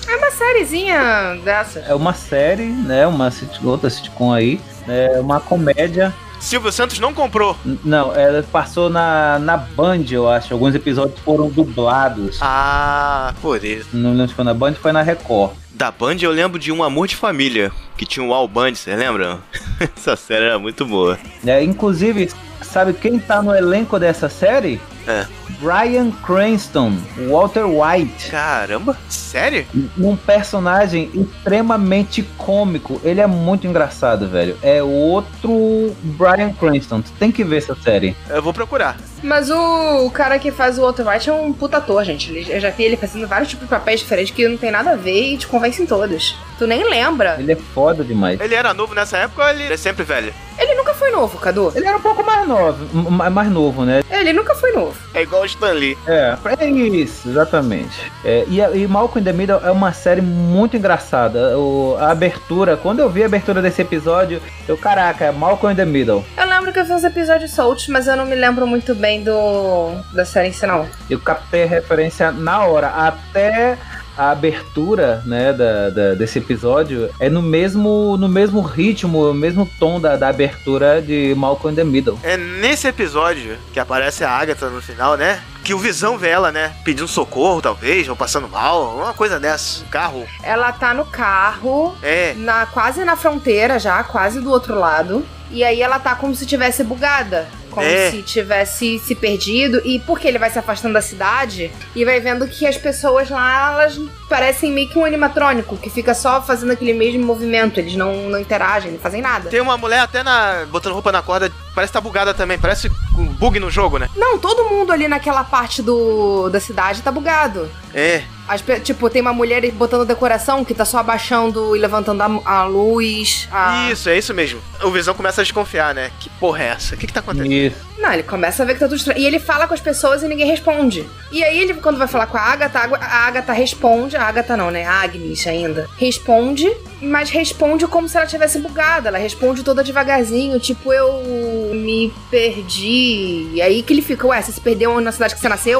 [SPEAKER 6] É uma sériezinha dessa.
[SPEAKER 5] É uma série, né? Uma sitcom, outra sitcom aí. É uma comédia.
[SPEAKER 1] Silvio Santos não comprou.
[SPEAKER 5] N- Não, ela passou na, na Band, eu acho. Alguns episódios foram dublados.
[SPEAKER 1] Ah, por isso.
[SPEAKER 5] Não lembro se foi na Band, foi na Record.
[SPEAKER 1] Da Band eu lembro de Um Amor de Família, que tinha o Al Band, você lembra? [laughs] Essa série era muito boa.
[SPEAKER 5] É, inclusive, sabe quem tá no elenco dessa série?
[SPEAKER 1] É.
[SPEAKER 5] Brian Cranston, Walter White.
[SPEAKER 1] Caramba, sério?
[SPEAKER 5] um personagem extremamente cômico. Ele é muito engraçado, velho. É outro Brian Cranston. Tu tem que ver essa série.
[SPEAKER 1] Eu vou procurar.
[SPEAKER 6] Mas o cara que faz o Walter White é um puta ator, gente. Ele- Eu já vi ele fazendo vários tipos de papéis diferentes que não tem nada a ver e te convencem todos. Tu nem lembra.
[SPEAKER 5] Ele é foda demais.
[SPEAKER 1] Ele era novo nessa época ou ele é sempre velho?
[SPEAKER 6] Ele nunca foi novo, Cadu.
[SPEAKER 5] Ele era um pouco mais novo, m- ma- mais novo, né?
[SPEAKER 6] Ele nunca foi novo.
[SPEAKER 1] É igual o Stan Lee.
[SPEAKER 5] É, é isso, exatamente. É, e, a- e Malcolm in the Middle é uma série muito engraçada. O- a abertura, quando eu vi a abertura desse episódio, eu, caraca, é Malcolm in the Middle.
[SPEAKER 6] Eu lembro que eu vi uns episódios soltos, mas eu não me lembro muito bem do da série em si, não.
[SPEAKER 5] Eu captei a referência na hora, até a abertura, né, da, da- desse episódio é no mesmo, no mesmo ritmo, no mesmo tom da, da abertura de Malcolm in the Middle.
[SPEAKER 1] É nesse episódio que aparece a Agatha no final, né? Que o Visão vê ela, né? Pedindo socorro, talvez, ou passando mal, uma coisa dessa. Um carro.
[SPEAKER 6] Ela tá no carro,
[SPEAKER 1] É.
[SPEAKER 6] na quase na fronteira já, quase do outro lado. E aí ela tá como se tivesse bugada, como
[SPEAKER 1] É.
[SPEAKER 6] se tivesse se perdido. E porque ele vai se afastando da cidade e vai vendo que as pessoas lá, elas parecem meio que um animatrônico, que fica só fazendo aquele mesmo movimento. Eles não, não interagem, não fazem nada.
[SPEAKER 1] Tem uma mulher até na. botando roupa na corda, parece que tá bugada também, parece um bug no jogo, né?
[SPEAKER 6] Não, todo mundo ali naquela parte do, da cidade tá bugado.
[SPEAKER 1] É.
[SPEAKER 6] As pe- tipo, tem uma mulher botando decoração que tá só abaixando e levantando a, a luz. a-
[SPEAKER 1] Isso, é isso mesmo. O Visão começa a desconfiar, né? Que porra é essa? O que, que tá acontecendo?
[SPEAKER 5] Isso.
[SPEAKER 6] Não, ele começa a ver que tá tudo estranho. E ele fala com as pessoas e ninguém responde. E aí, ele, quando vai falar com a Agatha, a Ag- a Agatha responde. A Agatha não, né? A Agnes ainda. Responde, mas responde como se ela tivesse bugada. Ela responde toda devagarzinho, tipo, eu me perdi. E aí que ele fica, ué, você se perdeu na cidade que você nasceu?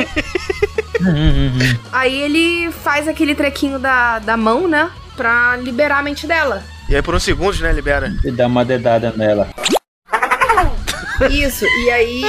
[SPEAKER 6] aí ele faz aquele trequinho da, da mão, né? Pra liberar a mente dela.
[SPEAKER 1] E aí por uns segundos, né, libera.
[SPEAKER 5] E dá uma dedada nela,
[SPEAKER 6] Isso, e aí.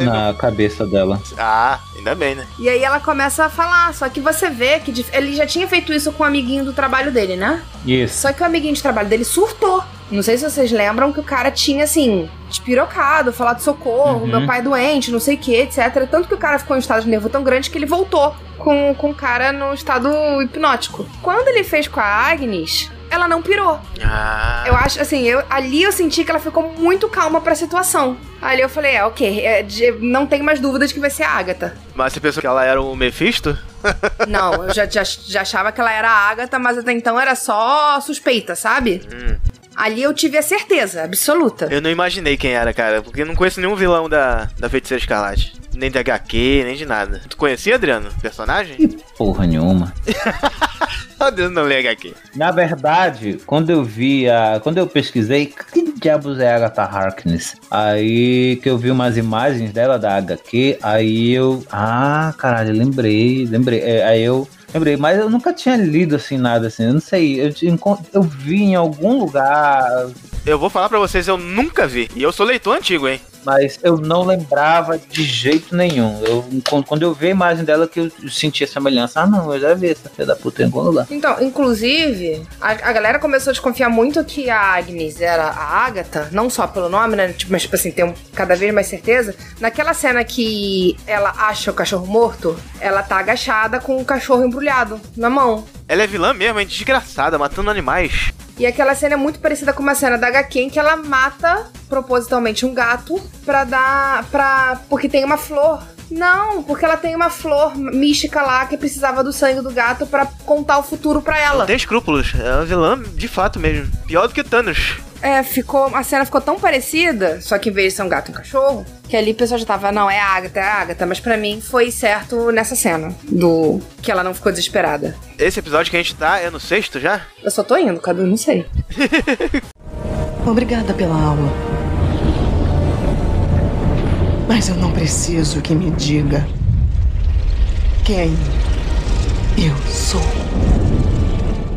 [SPEAKER 5] na, na cabeça dela.
[SPEAKER 1] Ah, ainda bem, né?
[SPEAKER 6] E aí ela começa a falar, só que você vê que dif- ele já tinha feito isso com um amiguinho do trabalho dele, né?
[SPEAKER 5] Isso.
[SPEAKER 6] Só que o amiguinho de trabalho dele surtou. Não sei se vocês lembram que o cara tinha, assim, despirocado, falado socorro,
[SPEAKER 5] Uhum.
[SPEAKER 6] meu pai é doente, não sei o que, etc. Tanto que o cara ficou em um estado de nervo tão grande que ele voltou com, com o cara no estado hipnótico. Quando ele fez com a Agnes, ela não pirou.
[SPEAKER 1] Ah.
[SPEAKER 6] Eu acho, assim, eu, ali eu senti que ela ficou muito calma pra situação. Ali eu falei, é, ok, é, de- não tem mais dúvidas que vai ser a Agatha.
[SPEAKER 1] Mas você pensou que ela era o Mephisto?
[SPEAKER 6] Não, eu já, já, já achava que ela era a Agatha, mas até então era só suspeita, sabe? Ali eu tive a certeza absoluta.
[SPEAKER 1] Eu não imaginei quem era, cara, porque eu não conheço nenhum vilão da, da Feiticeira Escarlate. Nem de HQ, nem de nada. Tu conhecia, Adriano? o Personagem?
[SPEAKER 5] E porra nenhuma.
[SPEAKER 1] Adriano [laughs] não lê HQ.
[SPEAKER 5] Na verdade, quando eu vi a. Quando eu pesquisei, que diabos é Agatha Harkness? Aí que eu vi umas imagens dela da HQ, aí eu. Ah, caralho, lembrei, lembrei. É, aí eu. Lembrei, mas eu nunca tinha lido assim nada assim, eu não sei. Eu, te encon- eu vi em algum lugar,
[SPEAKER 1] Eu vou falar pra vocês, eu nunca vi. E eu sou leitor antigo, hein?
[SPEAKER 5] mas eu não lembrava de jeito nenhum. Eu, quando- quando eu vi a imagem dela, que eu senti a semelhança. Ah, não, eu já vi essa filha da puta em algum lugar.
[SPEAKER 6] Então, inclusive, a, a galera começou a desconfiar muito que a Agnes era a Agatha, não só pelo nome, né? Tipo, mas, tipo assim, tem um- cada vez mais certeza. Naquela cena que ela acha o cachorro morto, ela tá agachada com o cachorro embrulhado na mão.
[SPEAKER 1] Ela é vilã mesmo, é desgraçada, matando animais.
[SPEAKER 6] E aquela cena é muito parecida com uma cena da HQ em que ela mata propositalmente um gato pra dar. pra. porque tem uma flor. Não, porque ela tem uma flor mística lá que precisava do sangue do gato pra contar o futuro pra ela.
[SPEAKER 1] Não tem escrúpulos, é uma vilã de fato mesmo. Pior do que o Thanos.
[SPEAKER 6] É, ficou. A cena ficou tão parecida, só que em vez de ser um gato e um cachorro, que ali o pessoal já tava, não, é a Agatha, é a Agatha, mas pra mim foi certo nessa cena. Do. Que ela não ficou desesperada.
[SPEAKER 1] Esse episódio que a gente tá é no sexto já?
[SPEAKER 6] Eu só tô indo, Cadu, não sei.
[SPEAKER 8] Obrigada pela aula. Mas eu não preciso que me diga quem eu sou.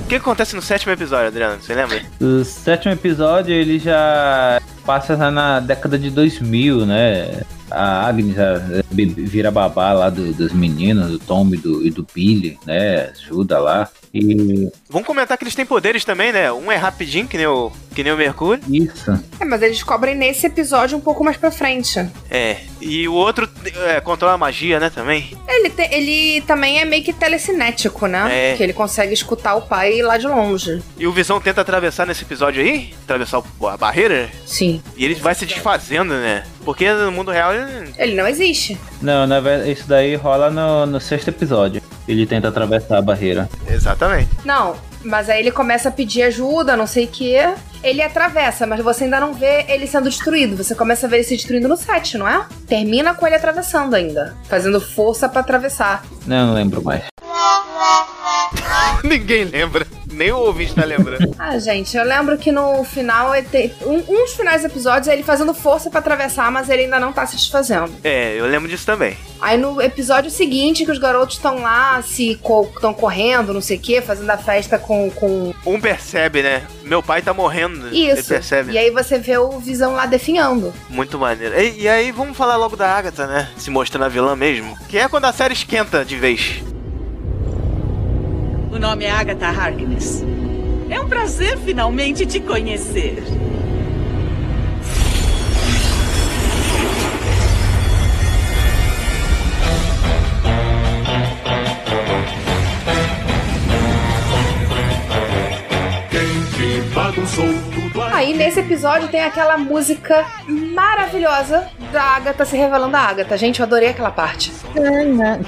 [SPEAKER 1] O que acontece no sétimo episódio, Adriano? Você lembra?
[SPEAKER 5] O sétimo episódio ele já passa lá na década de 2000, né? A Agnes a- vira babá lá do- dos meninos, do Tom e do, e do Billy, né? Ajuda lá. E
[SPEAKER 1] Vamos comentar que eles têm poderes também, né? Um é rapidinho, que nem o, que nem o Mercúrio.
[SPEAKER 5] isso.
[SPEAKER 6] É, mas eles cobrem nesse episódio um pouco mais pra frente.
[SPEAKER 1] É. E o outro é, controla a magia, né, também.
[SPEAKER 6] Ele, te- ele também é meio que telecinético, né?
[SPEAKER 1] É.
[SPEAKER 6] Que ele consegue escutar o pai lá de longe.
[SPEAKER 1] E o Visão tenta atravessar nesse episódio aí? Atravessar o- a barreira?
[SPEAKER 6] Sim.
[SPEAKER 1] E ele vai se desfazendo, né? Porque no mundo real ele- [laughs]
[SPEAKER 6] Ele não existe.
[SPEAKER 5] Não, na verdade, isso daí rola no, no sexto episódio. Ele tenta atravessar a barreira.
[SPEAKER 1] Exatamente.
[SPEAKER 6] Não, mas aí ele começa a pedir ajuda, não sei o quê. Ele atravessa, mas você ainda não vê ele sendo destruído. Você começa a ver ele se destruindo no set, não é? Termina com ele atravessando ainda. Fazendo força pra atravessar.
[SPEAKER 5] Não, não lembro mais.
[SPEAKER 1] [laughs] Ninguém lembra. Nem o ouvinte tá lembrando.
[SPEAKER 6] Ah, gente, eu lembro que no final, ele tem- um, um dos finais dos episódios é ele fazendo força pra atravessar, mas ele ainda não tá se desfazendo.
[SPEAKER 1] [laughs] é, eu lembro disso também.
[SPEAKER 6] Aí no episódio seguinte, que os garotos estão lá, se estão correndo, não sei o quê, fazendo a festa com. com...
[SPEAKER 1] Um percebe, né? Meu pai tá morrendo. Ele
[SPEAKER 6] Isso.
[SPEAKER 1] percebe.
[SPEAKER 6] E aí você vê o Visão lá definhando.
[SPEAKER 1] Muito maneiro. E, e aí vamos falar logo da Agatha, né? Se mostrando a vilã mesmo. Que é quando a série esquenta de vez.
[SPEAKER 11] O nome é Agatha Harkness. É um prazer finalmente te conhecer.
[SPEAKER 6] Aí nesse episódio tem aquela música maravilhosa da Agatha se revelando a Agatha. Gente, eu adorei aquela parte.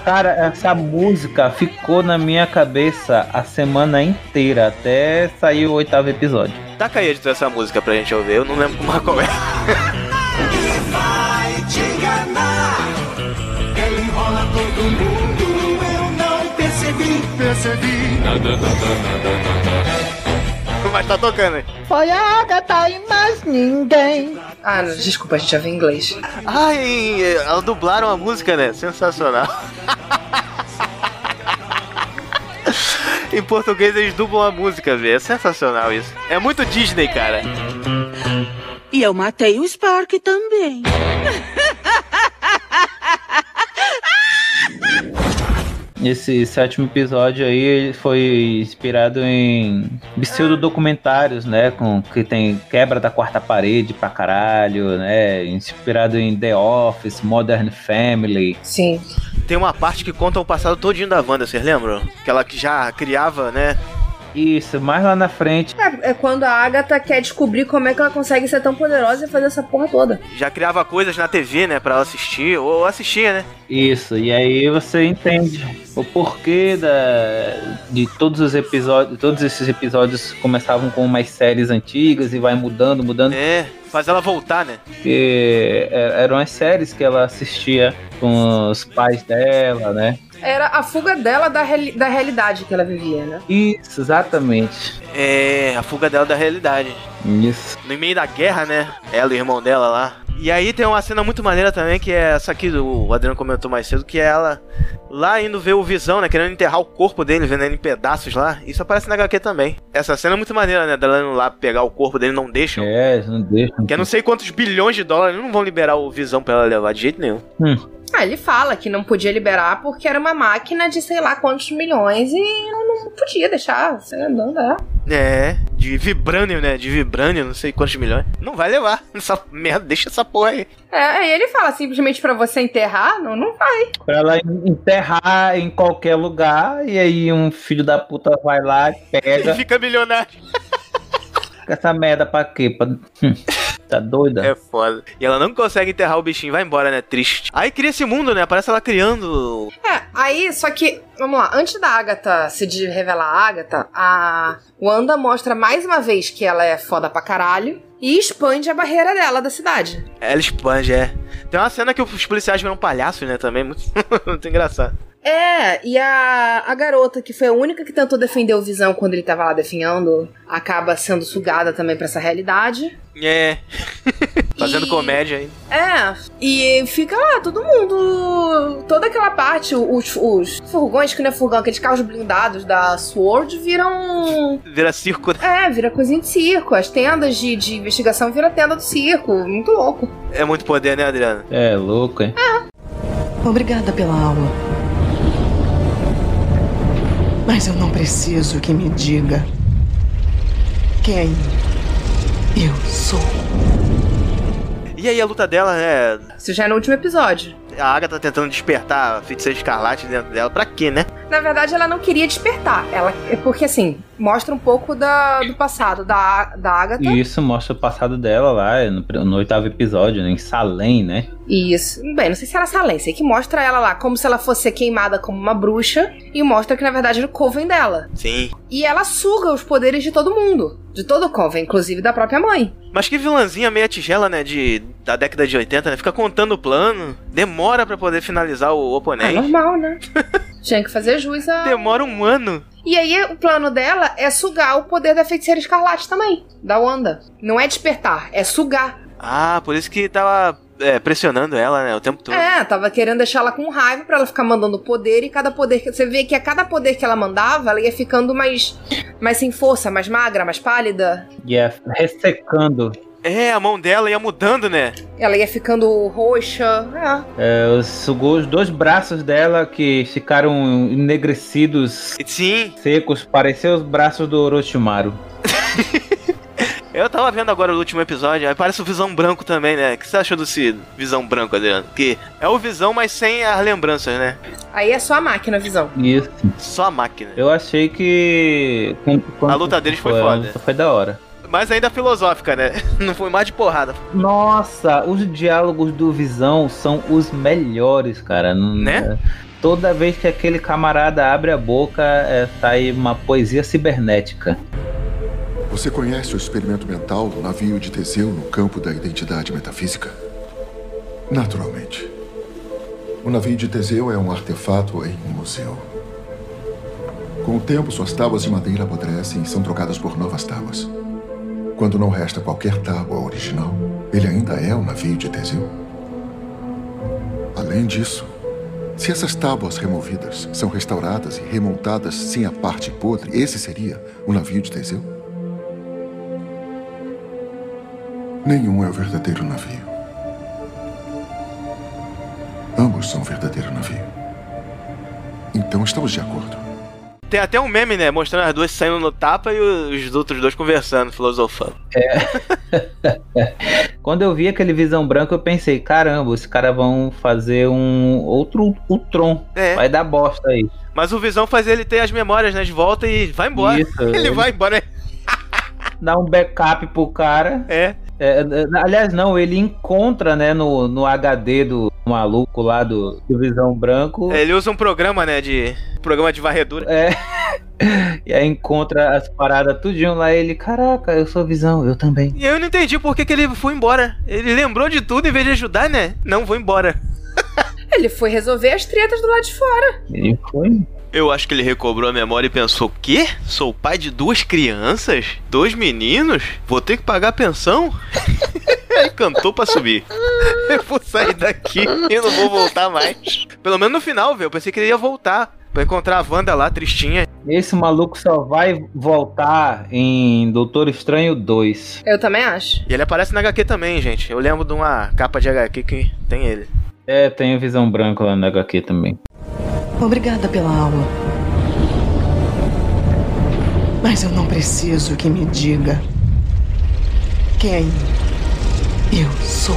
[SPEAKER 5] Cara, essa música ficou na minha cabeça a semana inteira, até sair o oitavo episódio.
[SPEAKER 1] Taca aí, editor, essa música pra gente ouvir. Eu não lembro como qual é.
[SPEAKER 7] Vai te enganar. Enrola todo mundo, eu não percebi, percebi. Nada, nada, nada, nada.
[SPEAKER 1] Mas tá tocando aí.
[SPEAKER 6] Foi a Agatha e mais ninguém. Ah, não, desculpa, a gente já vê em inglês.
[SPEAKER 1] Ai, elas dublaram a música, né? Sensacional. [laughs] em português eles dublam a música, velho. É sensacional isso. É muito Disney, cara.
[SPEAKER 11] E eu matei o Spark também.
[SPEAKER 5] Esse sétimo episódio aí foi inspirado em pseudo documentários, né? Com que tem quebra da quarta parede pra caralho, né? Inspirado em The Office, Modern Family.
[SPEAKER 6] Sim.
[SPEAKER 1] Tem uma parte que conta o passado todinho da Wanda, vocês lembram? Que ela que já criava, né?
[SPEAKER 5] Isso, mais lá na frente.
[SPEAKER 6] É, é quando a Agatha quer descobrir como é que ela consegue ser tão poderosa e fazer essa porra toda.
[SPEAKER 1] Já criava coisas na TV, né? Pra ela assistir. Ou assistia, né?
[SPEAKER 5] Isso, e aí você entende o porquê da, de todos os episódios. Todos esses episódios começavam com umas séries antigas e vai mudando, mudando.
[SPEAKER 1] É, faz ela voltar, né?
[SPEAKER 5] Porque é, eram as séries que ela assistia com os pais dela, né?
[SPEAKER 6] Era a fuga dela da, reali- da realidade que ela vivia, né?
[SPEAKER 5] Isso, exatamente.
[SPEAKER 1] É, a fuga dela da realidade.
[SPEAKER 5] Isso.
[SPEAKER 1] No meio da guerra, né? Ela e o irmão dela lá. E aí tem uma cena muito maneira também, que é essa aqui, o Adriano comentou mais cedo, que é ela lá indo ver o Visão, né? Querendo enterrar o corpo dele, vendo ele em pedaços lá. Isso aparece na HQ também. Essa cena é muito maneira, né? Dela indo lá pegar o corpo dele, não deixam.
[SPEAKER 5] É, não deixa.
[SPEAKER 1] Que eu não sei quantos bilhões de dólares não vão liberar o Visão pra ela levar de jeito nenhum.
[SPEAKER 5] Hum.
[SPEAKER 6] Ah, ele fala que não podia liberar porque era uma máquina de sei lá quantos milhões e não podia deixar, sei lá, não dá.
[SPEAKER 1] É, de vibrânio, né? De vibrânio, não sei quantos milhões. Não vai levar. [laughs] Essa merda, deixa essa porra aí.
[SPEAKER 6] É, aí ele fala simplesmente pra você enterrar, não, não vai.
[SPEAKER 5] Pra ela enterrar em qualquer lugar, e aí um filho da puta vai lá e pega. [laughs]
[SPEAKER 1] E fica milionário.
[SPEAKER 5] Essa merda pra quê? Pra... tá doida?
[SPEAKER 1] É foda. E ela não consegue enterrar o bichinho, vai embora, né? Triste. Aí cria esse mundo, né? Parece ela criando.
[SPEAKER 6] É, aí, só que, vamos lá, antes da Agatha se de- revelar a Agatha, a Wanda mostra mais uma vez que ela é foda pra caralho e expande a barreira dela da cidade.
[SPEAKER 1] Ela expande, é. Tem uma cena que os policiais viram palhaços, né? Também. [laughs] Muito, muito engraçado.
[SPEAKER 6] É, e a, a garota, que foi a única que tentou defender o Visão quando ele tava lá definhando, acaba sendo sugada também pra essa realidade.
[SPEAKER 1] É. Fazendo comédia aí.
[SPEAKER 6] É, e fica lá todo mundo. Toda aquela parte, os, os furgões, que não é furgão, aqueles carros blindados da Sword viram.
[SPEAKER 1] Vira circo. né?
[SPEAKER 6] É, vira coisinha de circo. As tendas de, de investigação viram tenda do circo. Muito louco.
[SPEAKER 1] É muito poder, né, Adriana?
[SPEAKER 5] É louco, hein?
[SPEAKER 8] Obrigada pela aula. Mas eu não preciso que me diga quem eu sou.
[SPEAKER 1] E aí a luta dela, né?
[SPEAKER 6] Isso já é no último episódio.
[SPEAKER 1] A Agatha tá tentando despertar a feiticeira escarlate dentro dela. Pra quê, né?
[SPEAKER 6] Na verdade, ela não queria despertar. Ela, é porque assim, mostra um pouco da, do passado da, da Agatha.
[SPEAKER 5] E isso mostra o passado dela lá é, no, pr- no oitavo episódio, né? Em Salem, né?
[SPEAKER 6] Isso. Bem, não sei se era Salem, sei que mostra ela lá como se ela fosse queimada como uma bruxa e mostra que na verdade era o coven dela.
[SPEAKER 1] Sim.
[SPEAKER 6] E ela suga os poderes de todo mundo, de todo o coven, inclusive da própria mãe.
[SPEAKER 1] Mas que vilãzinha meia tigela, né? De, da década de 80, né? Fica contando o plano, demora pra poder finalizar o
[SPEAKER 6] É
[SPEAKER 1] oponente.
[SPEAKER 6] normal, né? [laughs] Tinha que fazer jus a.
[SPEAKER 1] Demora um ano.
[SPEAKER 6] E aí o plano dela é sugar o poder da feiticeira escarlate também, da Wanda. Não é despertar, é sugar.
[SPEAKER 1] Ah, por isso que tava é, pressionando ela, né? O tempo todo.
[SPEAKER 6] É, tava querendo deixar ela com raiva pra ela ficar mandando poder e cada poder que você vê que a cada poder que ela mandava, ela ia ficando mais mais sem força, mais magra, mais pálida.
[SPEAKER 5] E é ressecando
[SPEAKER 1] É, a mão dela ia mudando, né?
[SPEAKER 6] Ela ia ficando roxa.
[SPEAKER 5] É, sugou os dois braços dela que ficaram enegrecidos,
[SPEAKER 1] Sim,
[SPEAKER 5] secos, pareciam os braços do Orochimaru.
[SPEAKER 1] eu tava vendo agora o último episódio, aí parece o Visão Branco também, né? O que você achou desse Visão Branco, Adriano? Que é o Visão, mas sem as lembranças, né?
[SPEAKER 6] É. Aí é só a máquina, a visão.
[SPEAKER 5] Isso.
[SPEAKER 1] Só a máquina.
[SPEAKER 5] Eu achei que. com- com-
[SPEAKER 1] A luta deles foi
[SPEAKER 5] a
[SPEAKER 1] foda.
[SPEAKER 5] luta Foi da hora.
[SPEAKER 1] Mas ainda filosófica, né? [laughs] Não foi mais de porrada.
[SPEAKER 5] Nossa, os diálogos do Visão são os melhores, cara. Não-
[SPEAKER 1] Né?
[SPEAKER 5] Toda vez que aquele camarada abre a boca, é, sai uma poesia cibernética.
[SPEAKER 12] Você conhece o experimento mental do navio de Teseu no campo da identidade metafísica? Naturalmente. O navio de Teseu é um artefato em um museu. Com o tempo, suas tábuas de madeira apodrecem e são trocadas por novas tábuas. Quando não resta qualquer tábua original, ele ainda é o navio de Teseu. Além disso, se essas tábuas removidas são restauradas e remontadas sem a parte podre, esse seria o navio de Teseu? Nenhum é o verdadeiro navio. Ambos são o verdadeiro navio. Então estamos de acordo.
[SPEAKER 1] Tem até um meme, né? Mostrando as duas saindo no tapa e os outros dois conversando, filosofando.
[SPEAKER 5] Quando eu vi aquele Visão Branco, eu pensei, caramba, os caras vão fazer um outro Ultron.
[SPEAKER 1] É.
[SPEAKER 5] Vai dar bosta aí.
[SPEAKER 1] Mas o Visão faz ele ter as memórias, né? De volta e vai embora.
[SPEAKER 5] Isso,
[SPEAKER 1] [laughs] Ele vai embora, né?
[SPEAKER 5] Dá um backup pro cara.
[SPEAKER 1] É.
[SPEAKER 5] É, é, aliás, não, ele encontra, né, no, no HD do maluco lá do, do Visão Branco.
[SPEAKER 1] Ele usa um programa, né? De. Programa de varredura.
[SPEAKER 5] É. E aí encontra as paradas tudinho lá. Ele, caraca, eu sou Visão, eu também.
[SPEAKER 1] E eu não entendi por que, que ele foi embora. Ele lembrou de tudo em vez de ajudar, né? Não vou embora.
[SPEAKER 6] Ele foi resolver as tretas do lado de fora.
[SPEAKER 5] Ele foi.
[SPEAKER 1] Eu acho que ele recobrou a memória e pensou: quê? Sou pai de duas crianças? Dois meninos? Vou ter que pagar pensão? [laughs] Aí cantou pra subir. [laughs] Eu vou sair daqui e não vou voltar mais. Pelo menos no final, velho. Eu pensei que ele ia voltar. Pra encontrar a Wanda lá, tristinha.
[SPEAKER 5] Esse maluco só vai voltar em Doutor Estranho 2.
[SPEAKER 6] Eu também acho.
[SPEAKER 1] E ele aparece na HQ também, gente. Eu lembro de uma capa de HQ que tem ele.
[SPEAKER 5] É, tem visão branca lá na HQ também.
[SPEAKER 8] Obrigada pela aula. Mas eu não preciso que me diga quem é eu sou.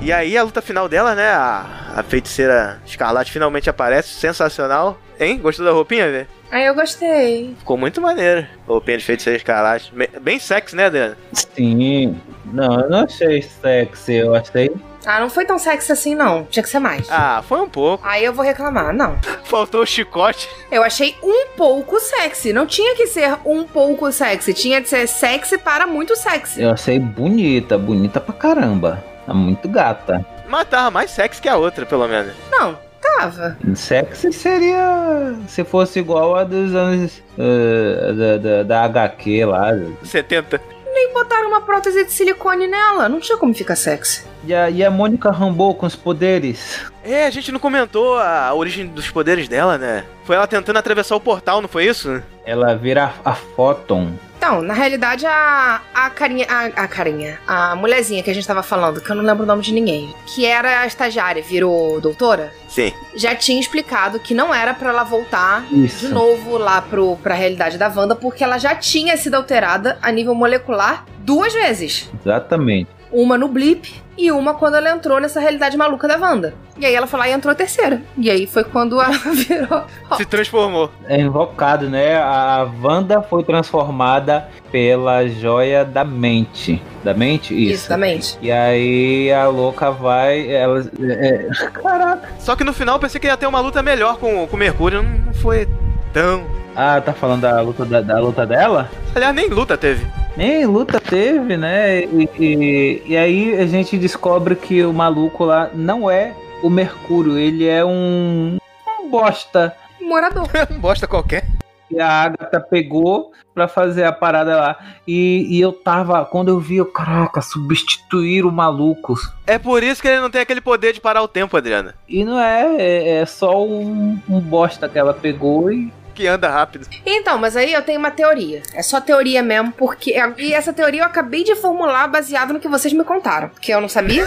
[SPEAKER 1] E aí a luta final dela, né? A, a feiticeira escarlate finalmente aparece, sensacional. Hein? Gostou da roupinha, Vê?
[SPEAKER 6] Ah, eu gostei.
[SPEAKER 1] Ficou muito maneiro. Roupinha de feiticeira escarlate. Me- Bem sexy, né, Adriano?
[SPEAKER 5] Sim. Não, eu não achei sexy, eu achei.
[SPEAKER 6] Ah, não foi tão sexy assim, não. Tinha que ser mais.
[SPEAKER 1] Ah, foi um pouco. [laughs]
[SPEAKER 6] Aí eu vou reclamar, não.
[SPEAKER 1] Faltou o chicote.
[SPEAKER 6] Eu achei um pouco sexy. Não tinha que ser um pouco sexy. Tinha de ser sexy para muito sexy.
[SPEAKER 5] Eu achei bonita, bonita pra caramba. Tá muito gata.
[SPEAKER 1] Mas tava mais sexy que a outra, pelo menos.
[SPEAKER 6] Não, tava.
[SPEAKER 5] Sexy seria. Se fosse igual a dos anos. eh, da, da, da HQ lá.
[SPEAKER 1] 70.
[SPEAKER 6] Nem botaram uma prótese de silicone nela. Não tinha como ficar sexy.
[SPEAKER 5] E a, e a Mônica Rambeau com os poderes.
[SPEAKER 1] É, a gente não comentou a origem dos poderes dela, né? Foi ela tentando atravessar o portal, não foi isso?
[SPEAKER 5] Ela vira a, a Photon.
[SPEAKER 6] Então, na realidade, a, a carinha. A, a carinha. A mulherzinha que a gente tava falando, que eu não lembro o nome de ninguém. Que era a estagiária, virou doutora.
[SPEAKER 1] Sim.
[SPEAKER 6] já tinha explicado que não era pra ela voltar
[SPEAKER 1] Isso.
[SPEAKER 6] de novo lá pro, pra realidade da Wanda, porque ela já tinha sido alterada a nível molecular duas vezes.
[SPEAKER 5] Exatamente.
[SPEAKER 6] Uma no blip e uma quando ela entrou nessa realidade maluca da Wanda. E aí ela foi lá e entrou a terceira. E aí foi quando ela [laughs] virou.
[SPEAKER 1] Se transformou.
[SPEAKER 5] É invocado, né? A a Wanda foi transformada pela joia da mente. Da mente? Isso.
[SPEAKER 6] Exatamente.
[SPEAKER 5] E aí a louca vai. Ela, é, é, Caraca.
[SPEAKER 1] Só que no final eu pensei que ia ter uma luta melhor com com o Mercúrio. Não não foi tão.
[SPEAKER 5] Ah, tá falando da luta, da, da luta dela?
[SPEAKER 1] Aliás, nem luta [laughs] teve.
[SPEAKER 5] Nem luta teve, né? E, e- e aí a gente descobre que o maluco lá não é o Mercúrio, ele é um, um bosta.
[SPEAKER 6] Morador.
[SPEAKER 1] um bosta qualquer.
[SPEAKER 5] E a Agatha pegou pra fazer a parada lá. E, e eu tava, quando eu vi, eu, caraca, substituir o maluco.
[SPEAKER 1] É por isso que ele não tem aquele poder de parar o tempo, Adriana.
[SPEAKER 5] E não é, é, é só um, um bosta que ela pegou e.
[SPEAKER 1] Que anda rápido.
[SPEAKER 6] Então, mas aí eu tenho uma teoria. É só teoria mesmo, porque. E essa teoria eu acabei de formular baseado no que vocês me contaram, porque eu não sabia.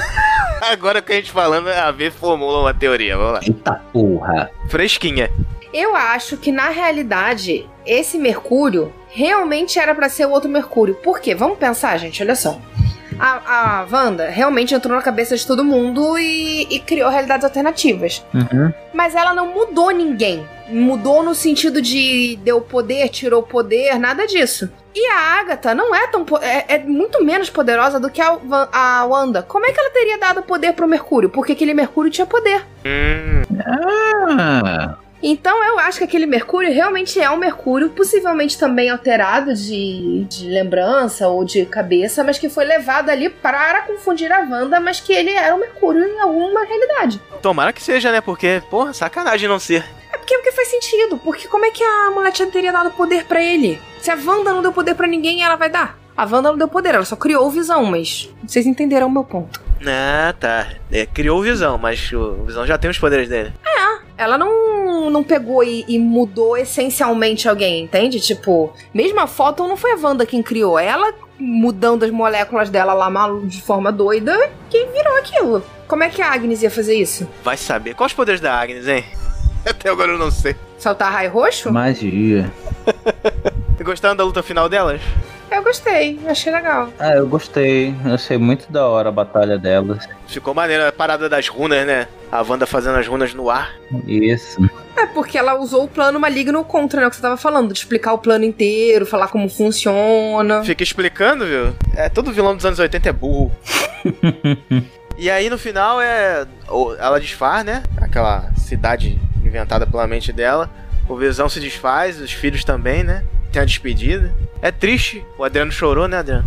[SPEAKER 1] Agora que a gente falando, é a V formula uma teoria, vamos lá.
[SPEAKER 5] Eita porra.
[SPEAKER 1] Fresquinha.
[SPEAKER 6] Eu acho que na realidade esse Mercúrio realmente era pra ser o outro Mercúrio. Por quê? Vamos pensar, gente, olha só. A, a Wanda realmente entrou na cabeça de todo mundo e, e criou realidades alternativas.
[SPEAKER 5] Uhum.
[SPEAKER 6] Mas ela não mudou ninguém. Mudou no sentido de deu poder, tirou poder, nada disso. E a Agatha não é tão. po- É, é muito menos poderosa do que a, Wa- a Wanda. Como é que ela teria dado poder pro Mercúrio? Porque aquele Mercúrio tinha poder.
[SPEAKER 5] Ah.
[SPEAKER 6] Então eu acho que aquele Mercúrio realmente é um Mercúrio, possivelmente também alterado de, de lembrança ou de cabeça, mas que foi levado ali para confundir a Wanda, mas que ele era um Mercúrio em alguma realidade.
[SPEAKER 1] Tomara que seja, né? Porque, porra, sacanagem não ser.
[SPEAKER 6] É porque, porque faz sentido, porque como é que a moletinha teria dado poder pra ele? Se a Wanda não deu poder pra ninguém, ela vai dar. A Wanda não deu poder, ela só criou o visão, mas vocês entenderam o meu ponto.
[SPEAKER 1] Ah, tá. É, criou o Visão, mas o Visão já tem os poderes dele.
[SPEAKER 6] Ela não, não pegou e, e mudou essencialmente alguém, entende? Tipo, mesmo a Photon não foi a Wanda quem criou. é Ela mudando as moléculas dela lá malu- de forma doida, que virou aquilo. Como é que a Agnes ia fazer isso?
[SPEAKER 1] Vai saber. Quais os poderes da Agnes, hein? [laughs] Até agora eu não sei.
[SPEAKER 6] Soltar raio roxo?
[SPEAKER 5] Magia.
[SPEAKER 1] Gostaram da luta final delas?
[SPEAKER 6] Eu gostei, achei legal.
[SPEAKER 5] Ah, eu gostei. Eu achei muito da hora a batalha delas.
[SPEAKER 1] Ficou maneiro a parada das runas, né? A Wanda fazendo as runas no ar.
[SPEAKER 5] Isso.
[SPEAKER 6] É porque ela usou o plano maligno contra, né? O que você tava falando, de explicar o plano inteiro, falar como funciona.
[SPEAKER 1] Fica explicando, viu? É, todo vilão dos anos 80 é burro. e aí no final é. ou Ela desfaz, né? Aquela cidade inventada pela mente dela. O Visão se desfaz, os filhos também, né? Tem a despedida. É triste. O Adriano chorou, né, Adriano?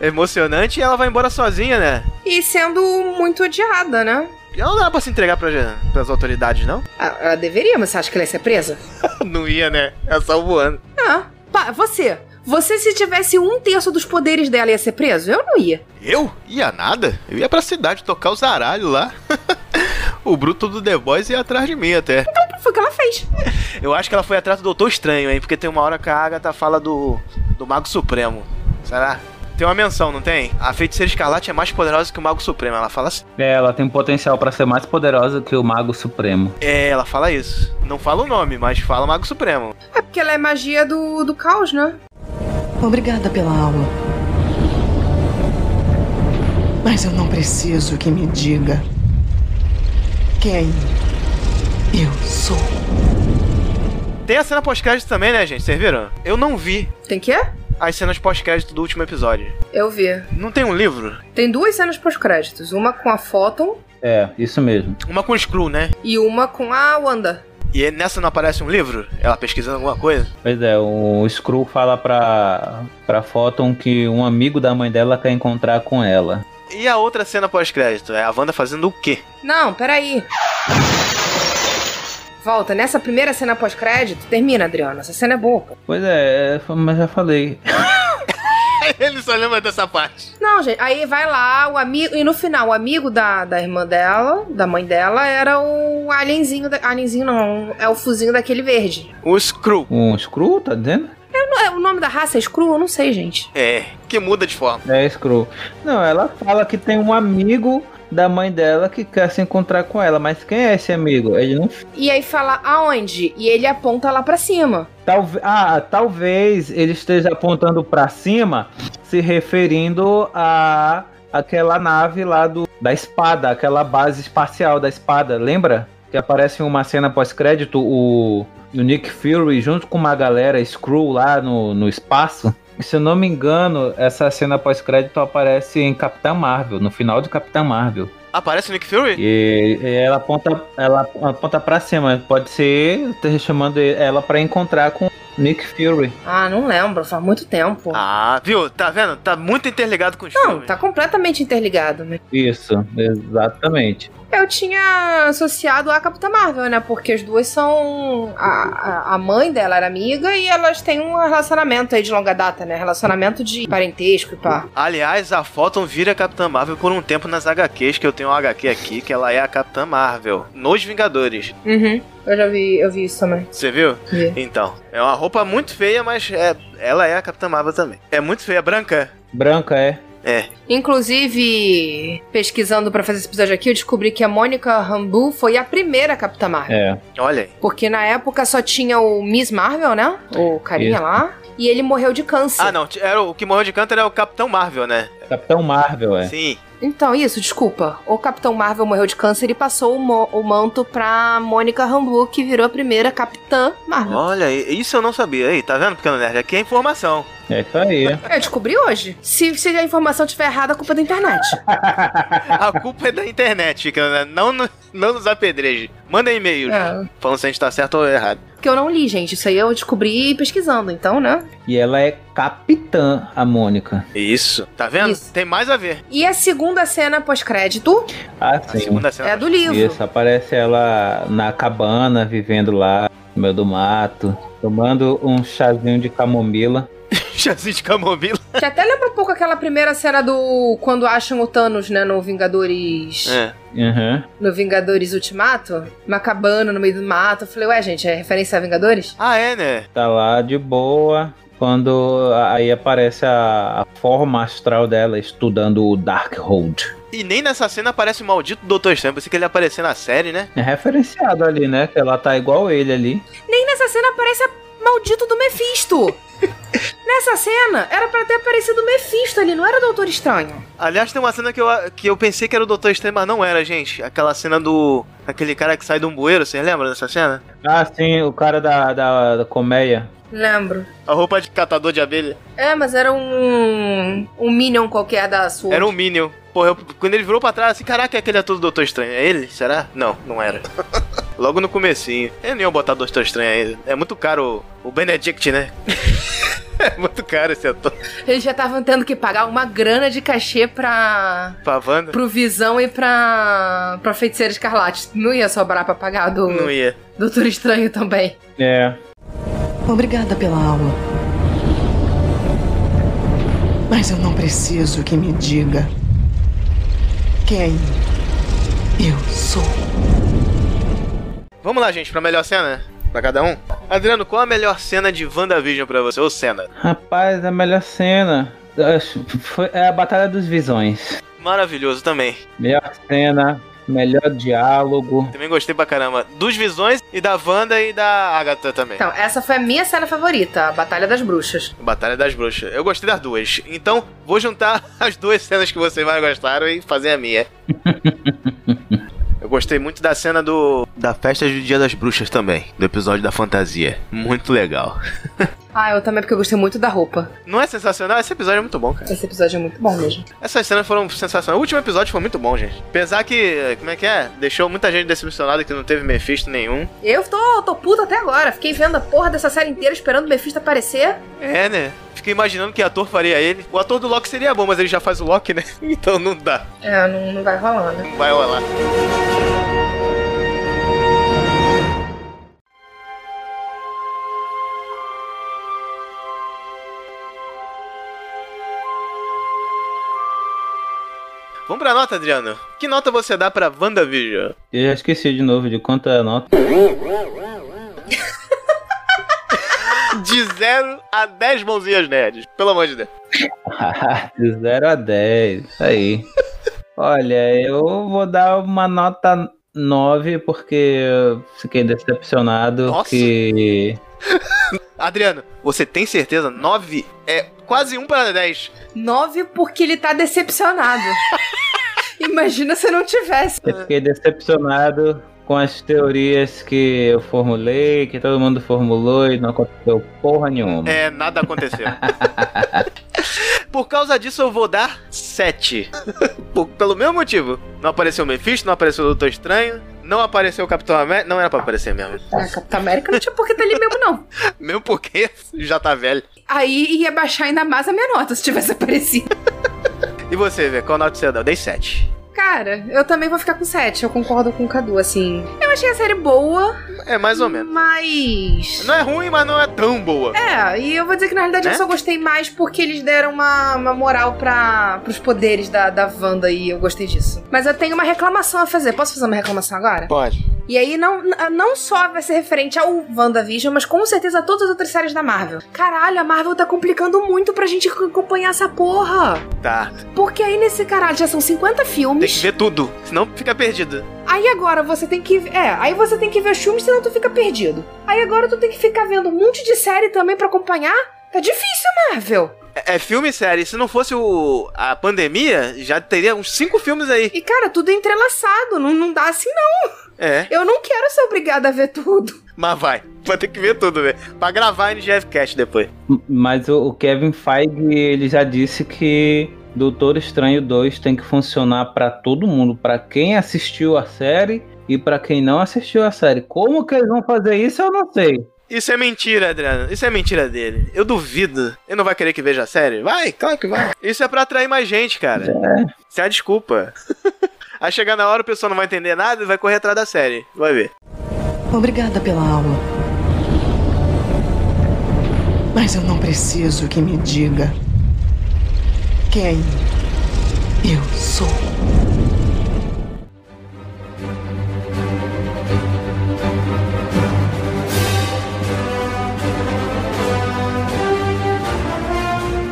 [SPEAKER 1] É Emocionante e ela vai embora sozinha, né?
[SPEAKER 6] E sendo muito odiada, né?
[SPEAKER 1] Ela não dá pra se entregar pra, pras autoridades, não?
[SPEAKER 6] Ah, Ela deveria, mas você acha que ela ia ser presa?
[SPEAKER 1] [laughs] não ia, né? É só voando.
[SPEAKER 6] Ah, pá, você. Você, se tivesse um terço dos poderes dela, ia ser preso? Eu não ia.
[SPEAKER 1] Eu? Ia nada? Eu ia pra cidade tocar o zaralho lá. [laughs] o bruto do The Boys ia atrás de mim até.
[SPEAKER 6] Foi o que ela fez.
[SPEAKER 1] Eu acho que ela foi atrás do Doutor Estranho, hein? Porque tem uma hora que a Agatha fala do, do Mago Supremo. Será? Tem uma menção, não tem? A feiticeira escarlate é mais poderosa que o Mago Supremo. Ela fala assim.
[SPEAKER 5] É, ela tem potencial pra ser mais poderosa que o Mago Supremo.
[SPEAKER 1] É, ela fala isso. Não fala o nome, mas fala Mago Supremo.
[SPEAKER 6] É porque ela é magia do, do caos, né?
[SPEAKER 8] Obrigada pela aula. Mas eu não preciso que me diga quem é eu sou.
[SPEAKER 1] Tem a cena pós-crédito também, né, gente? Vocês viram? Eu não vi
[SPEAKER 6] Tem que é?
[SPEAKER 1] as cenas pós-crédito do último episódio.
[SPEAKER 6] Eu vi.
[SPEAKER 1] Não tem um livro?
[SPEAKER 6] Tem duas cenas pós-créditos. Uma com a Photon
[SPEAKER 5] É, isso mesmo.
[SPEAKER 1] Uma com o Screw, né?
[SPEAKER 6] e uma com a Wanda.
[SPEAKER 1] E nessa não aparece um livro? Ela pesquisando alguma coisa?
[SPEAKER 5] Pois é, o Screw fala pra, pra Photon que um amigo da mãe dela quer encontrar com ela.
[SPEAKER 1] E a outra cena pós-crédito? É a Wanda fazendo o quê? [laughs]
[SPEAKER 6] Não, peraí. Volta, nessa primeira cena pós-crédito, termina, Adriano. Essa cena é boa. pô.
[SPEAKER 5] Pois é, é, mas já falei.
[SPEAKER 1] Ele só lembra dessa parte.
[SPEAKER 6] Não, gente, aí vai lá, o amigo. E no final, o amigo da, da irmã dela, da mãe dela, era o alienzinho. Da, alienzinho não, é o fuzinho daquele verde.
[SPEAKER 1] O Screw.
[SPEAKER 5] Um Screw, tá dizendo?
[SPEAKER 6] Eu não- é- o nome da raça é Screw? Eu não sei, gente.
[SPEAKER 1] É, que muda de forma.
[SPEAKER 5] É, Screw. Não, ela fala que tem um amigo da mãe dela que quer se encontrar com ela, mas quem é esse amigo? Ele não
[SPEAKER 6] E aí fala aonde? E ele aponta lá pra cima.
[SPEAKER 5] Talve- ah, talvez ele esteja apontando pra cima, se referindo a aquela nave lá do da espada, aquela base espacial da espada, lembra? Que aparece em uma cena pós-crédito o, o Nick Fury junto com uma galera Screw lá no, no espaço. E se eu não me engano, essa cena pós-crédito aparece em Capitã Marvel, no final de Capitã Marvel.
[SPEAKER 1] Aparece o Nick Fury?
[SPEAKER 5] E, e ela aponta, ela aponta pra cima. Pode ser esteja chamando ela pra encontrar com Nick Fury.
[SPEAKER 6] Ah, não lembro, faz muito tempo.
[SPEAKER 1] Ah, viu? Tá vendo? Tá muito interligado com os
[SPEAKER 6] Não,
[SPEAKER 1] filmes.
[SPEAKER 6] tá completamente interligado, né?
[SPEAKER 5] Isso, exatamente.
[SPEAKER 6] Eu tinha associado a Capitã Marvel, né? Porque as duas são. A, a- a mãe dela era amiga e elas têm um relacionamento aí de longa data, né? Relacionamento de parentesco e pá.
[SPEAKER 1] Aliás, a Photon vira Capitã Marvel por um tempo nas HQs, que eu tenho uma HQ aqui, que ela é a Capitã Marvel. Nos Vingadores.
[SPEAKER 6] Uhum. Eu já vi, eu vi isso também.
[SPEAKER 1] Você viu?
[SPEAKER 6] Vi.
[SPEAKER 1] Então, é uma roupa muito feia, mas é- ela é a Capitã Marvel também. É muito feia, branca?
[SPEAKER 5] Branca é.
[SPEAKER 1] É.
[SPEAKER 6] Inclusive, pesquisando pra fazer esse episódio aqui, eu descobri que a Mônica Rambeau foi a primeira Capitã Marvel.
[SPEAKER 5] É.
[SPEAKER 1] Olha aí.
[SPEAKER 6] Porque na época só tinha o Miss Marvel, né? O carinha
[SPEAKER 5] Isso.
[SPEAKER 6] lá. E ele morreu de câncer.
[SPEAKER 1] Ah, não. t- Era o o que morreu de canto era o Capitão Marvel, né?
[SPEAKER 5] Capitão Marvel é.
[SPEAKER 1] Sim.
[SPEAKER 6] Então, isso, desculpa. O Capitão Marvel morreu de câncer e passou o, mo- o manto pra Mônica Rambeau, que virou a primeira Capitã Marvel.
[SPEAKER 1] Olha aí. Isso eu não sabia. Aí, tá vendo, Pequeno Nerd? Aqui é informação.
[SPEAKER 5] É isso aí.
[SPEAKER 6] Eu descobri hoje. Se, se a informação estiver errada, a culpa é da internet.
[SPEAKER 1] A culpa é da internet, Pequeno Nerd. Não, no- não nos apedreje. Manda e-mail
[SPEAKER 6] É.
[SPEAKER 1] falando se a gente tá certo ou errado.
[SPEAKER 6] Porque eu não li, gente. Isso aí eu descobri pesquisando, então, né?
[SPEAKER 5] E ela é capitã, a Mônica.
[SPEAKER 1] Isso. Tá vendo?
[SPEAKER 6] Isso.
[SPEAKER 1] Tem mais a ver.
[SPEAKER 6] E a segunda cena pós-crédito
[SPEAKER 5] Ah,
[SPEAKER 1] A
[SPEAKER 5] sim.
[SPEAKER 1] segunda cena. [laughs]
[SPEAKER 6] é do livro.
[SPEAKER 5] Isso, aparece ela na cabana, vivendo lá no meio do mato, tomando um chazinho de camomila.
[SPEAKER 1] Chazinho de camomila.
[SPEAKER 6] Que até lembra um pouco aquela primeira cena do. Quando acham o Thanos, né, no Vingadores.
[SPEAKER 1] É.
[SPEAKER 5] Uhum.
[SPEAKER 6] No Vingadores Ultimato. Uma cabana no meio do mato. Eu falei, ué, gente, é referência a Vingadores?
[SPEAKER 1] Ah, é, né?
[SPEAKER 5] Tá lá de boa. Quando aí aparece a, a forma astral dela estudando o Darkhold.
[SPEAKER 1] E nem nessa cena aparece o maldito Doutor Estranho. Pensei que ele ia aparecer na série, né?
[SPEAKER 5] É referenciado ali, né? Que ela tá igual ele ali.
[SPEAKER 6] Nem nessa cena aparece a maldito do Mephisto!
[SPEAKER 1] [laughs]
[SPEAKER 6] nessa cena, era pra ter aparecido o Mephisto ali, não era o Doutor Estranho.
[SPEAKER 1] Aliás, tem uma cena que eu, que eu pensei que era o Doutor Estranho, mas não era, gente. Aquela cena do. Aquele cara que sai de um bueiro, vocês lembram dessa cena?
[SPEAKER 5] Ah, sim, o cara da, da, da colmeia.
[SPEAKER 6] Lembro.
[SPEAKER 1] A roupa de catador de abelha.
[SPEAKER 6] É, mas era um. um Minion qualquer da sua.
[SPEAKER 1] Era um Minion. Porra, eu- quando ele virou pra trás, assim, caraca, é aquele ator do Doutor Estranho. É ele? Será? Não, não era. Logo no comecinho. Eu nem ia botar Doutor Estranho aí. É muito caro o, o Benedict, né? é muito caro esse ator.
[SPEAKER 6] Eles já estavam tendo que pagar uma grana de cachê pra.
[SPEAKER 1] Pra Wanda?
[SPEAKER 6] pro Visão e pra, pra Feiticeira Escarlate. Não ia sobrar pra pagar do
[SPEAKER 1] Não ia.
[SPEAKER 6] Doutor Estranho também.
[SPEAKER 5] É.
[SPEAKER 8] Obrigada pela aula. Mas eu não preciso que me diga quem é eu sou.
[SPEAKER 1] Vamos lá, gente, pra melhor cena? Pra cada um? Adriano, qual a melhor cena de WandaVision pra você? Ou cena?
[SPEAKER 5] Rapaz, a melhor cena. Acho- Foi é a Batalha dos Visões.
[SPEAKER 1] Maravilhoso também.
[SPEAKER 5] Melhor cena, melhor diálogo.
[SPEAKER 1] Também gostei pra caramba dos Visões e da Wanda e da Agatha também.
[SPEAKER 6] Então, essa foi a minha cena favorita, a Batalha das Bruxas.
[SPEAKER 1] Batalha das Bruxas. Eu gostei das duas. Então, vou juntar [laughs] as duas cenas que vocês mais gostaram e fazer a minha. Eu gostei muito da cena do da festa do Dia das Bruxas também, do episódio da fantasia. Muito legal.
[SPEAKER 6] Ah, eu também, porque eu gostei muito da roupa.
[SPEAKER 1] Não é sensacional? Esse episódio é muito bom, cara.
[SPEAKER 6] Esse episódio é muito bom mesmo.
[SPEAKER 1] Essas cenas foram sensacionais. O último episódio foi muito bom, gente. Apesar que, como é que é? Deixou muita gente decepcionada que não teve Mephisto nenhum.
[SPEAKER 6] Eu tô, tô puta até agora. Fiquei vendo a porra dessa série inteira esperando o Mephisto aparecer.
[SPEAKER 1] É, né? Fiquei imaginando que ator faria ele. O ator do Loki seria bom, mas ele já faz o Loki, né? [laughs] Então não dá.
[SPEAKER 6] É, não, não vai rolar, né?
[SPEAKER 1] Não vai rolar. Vamos pra nota, Adriano. Que nota você dá pra WandaVision?
[SPEAKER 5] Eu já esqueci de novo de quanto é a nota.
[SPEAKER 1] De 0 a 10 mãozinhas nerds. Pelo amor de Deus.
[SPEAKER 5] De 0 a
[SPEAKER 1] [laughs]
[SPEAKER 5] 10. Aí. Olha, eu vou dar uma nota 9 porque eu fiquei decepcionado
[SPEAKER 1] Nossa.
[SPEAKER 5] que
[SPEAKER 1] Adriano, você tem certeza? 9 é quase 1 para 10.
[SPEAKER 6] Nove porque ele tá [laughs] decepcionado. Imagina se não tivesse.
[SPEAKER 5] eu
[SPEAKER 1] É.
[SPEAKER 5] fiquei decepcionado com as teorias que eu formulei, que todo mundo formulou e não aconteceu porra nenhuma.
[SPEAKER 1] É, nada [laughs] aconteceu. Por causa disso, eu vou dar 7. Por- Pelo mesmo motivo. Não apareceu o Mephisto, não apareceu o Doutor Estranho, não apareceu o Capitão América. Não era pra aparecer mesmo.
[SPEAKER 6] A Capitã América não tinha por que tá ali mesmo, não.
[SPEAKER 1] [laughs] Mesmo porque [laughs] já tá velho.
[SPEAKER 6] Aí ia baixar ainda mais a minha nota se tivesse aparecido.
[SPEAKER 1] E você, Vê, qual nota você dá? Eu dei 7.
[SPEAKER 6] Cara, eu também vou ficar com sete. Eu concordo com o Cadu, assim. Eu achei a série boa,
[SPEAKER 1] É, mais ou menos.
[SPEAKER 6] mas.
[SPEAKER 1] Não é ruim, mas não é tão boa.
[SPEAKER 6] É, e eu vou dizer que na realidade
[SPEAKER 1] Né?
[SPEAKER 6] eu só gostei mais porque eles deram uma, uma moral para os poderes da, da Wanda e eu gostei disso. Mas eu tenho uma reclamação a fazer. Posso fazer uma reclamação agora?
[SPEAKER 1] Pode.
[SPEAKER 6] E aí não, n- não só vai ser referente ao WandaVision, mas com certeza a todas as outras séries da Marvel. Caralho, a Marvel tá complicando muito pra gente acompanhar essa porra.
[SPEAKER 1] Tá.
[SPEAKER 6] Porque aí nesse caralho já são 50
[SPEAKER 1] Tem
[SPEAKER 6] filmes.
[SPEAKER 1] que ver tudo, senão fica perdido.
[SPEAKER 6] Aí agora você tem que. É, aí você tem que ver os filmes, senão tu fica perdido. Aí agora tu tem que ficar vendo um monte de série também pra acompanhar. Tá difícil, Marvel.
[SPEAKER 1] É, é filme e série. Se não fosse o, a pandemia, já teria uns 5 filmes aí.
[SPEAKER 6] E cara, tudo entrelaçado, não, não dá assim não.
[SPEAKER 1] É,
[SPEAKER 6] Eu não quero ser obrigada a ver tudo.
[SPEAKER 1] mas vai. Vai ter que ver tudo, Vê. Pra gravar NGF Cast depois.
[SPEAKER 5] Mas o o Kevin Feige, ele já disse que Doutor Estranho 2 tem que funcionar pra todo mundo, pra quem assistiu a série e pra quem não assistiu a série. Como que eles vão fazer isso, eu não sei.
[SPEAKER 1] Isso é mentira, Adriano. Isso é mentira dele. Eu duvido. Ele não vai querer que veja a série? Vai, claro que vai. Isso é pra atrair mais gente, cara. Isso é a desculpa. [laughs] Aí chegar na hora o pessoal não vai entender nada e vai correr atrás da série. Vai ver.
[SPEAKER 8] Obrigada pela aula. Mas eu não preciso que me diga quem é eu sou.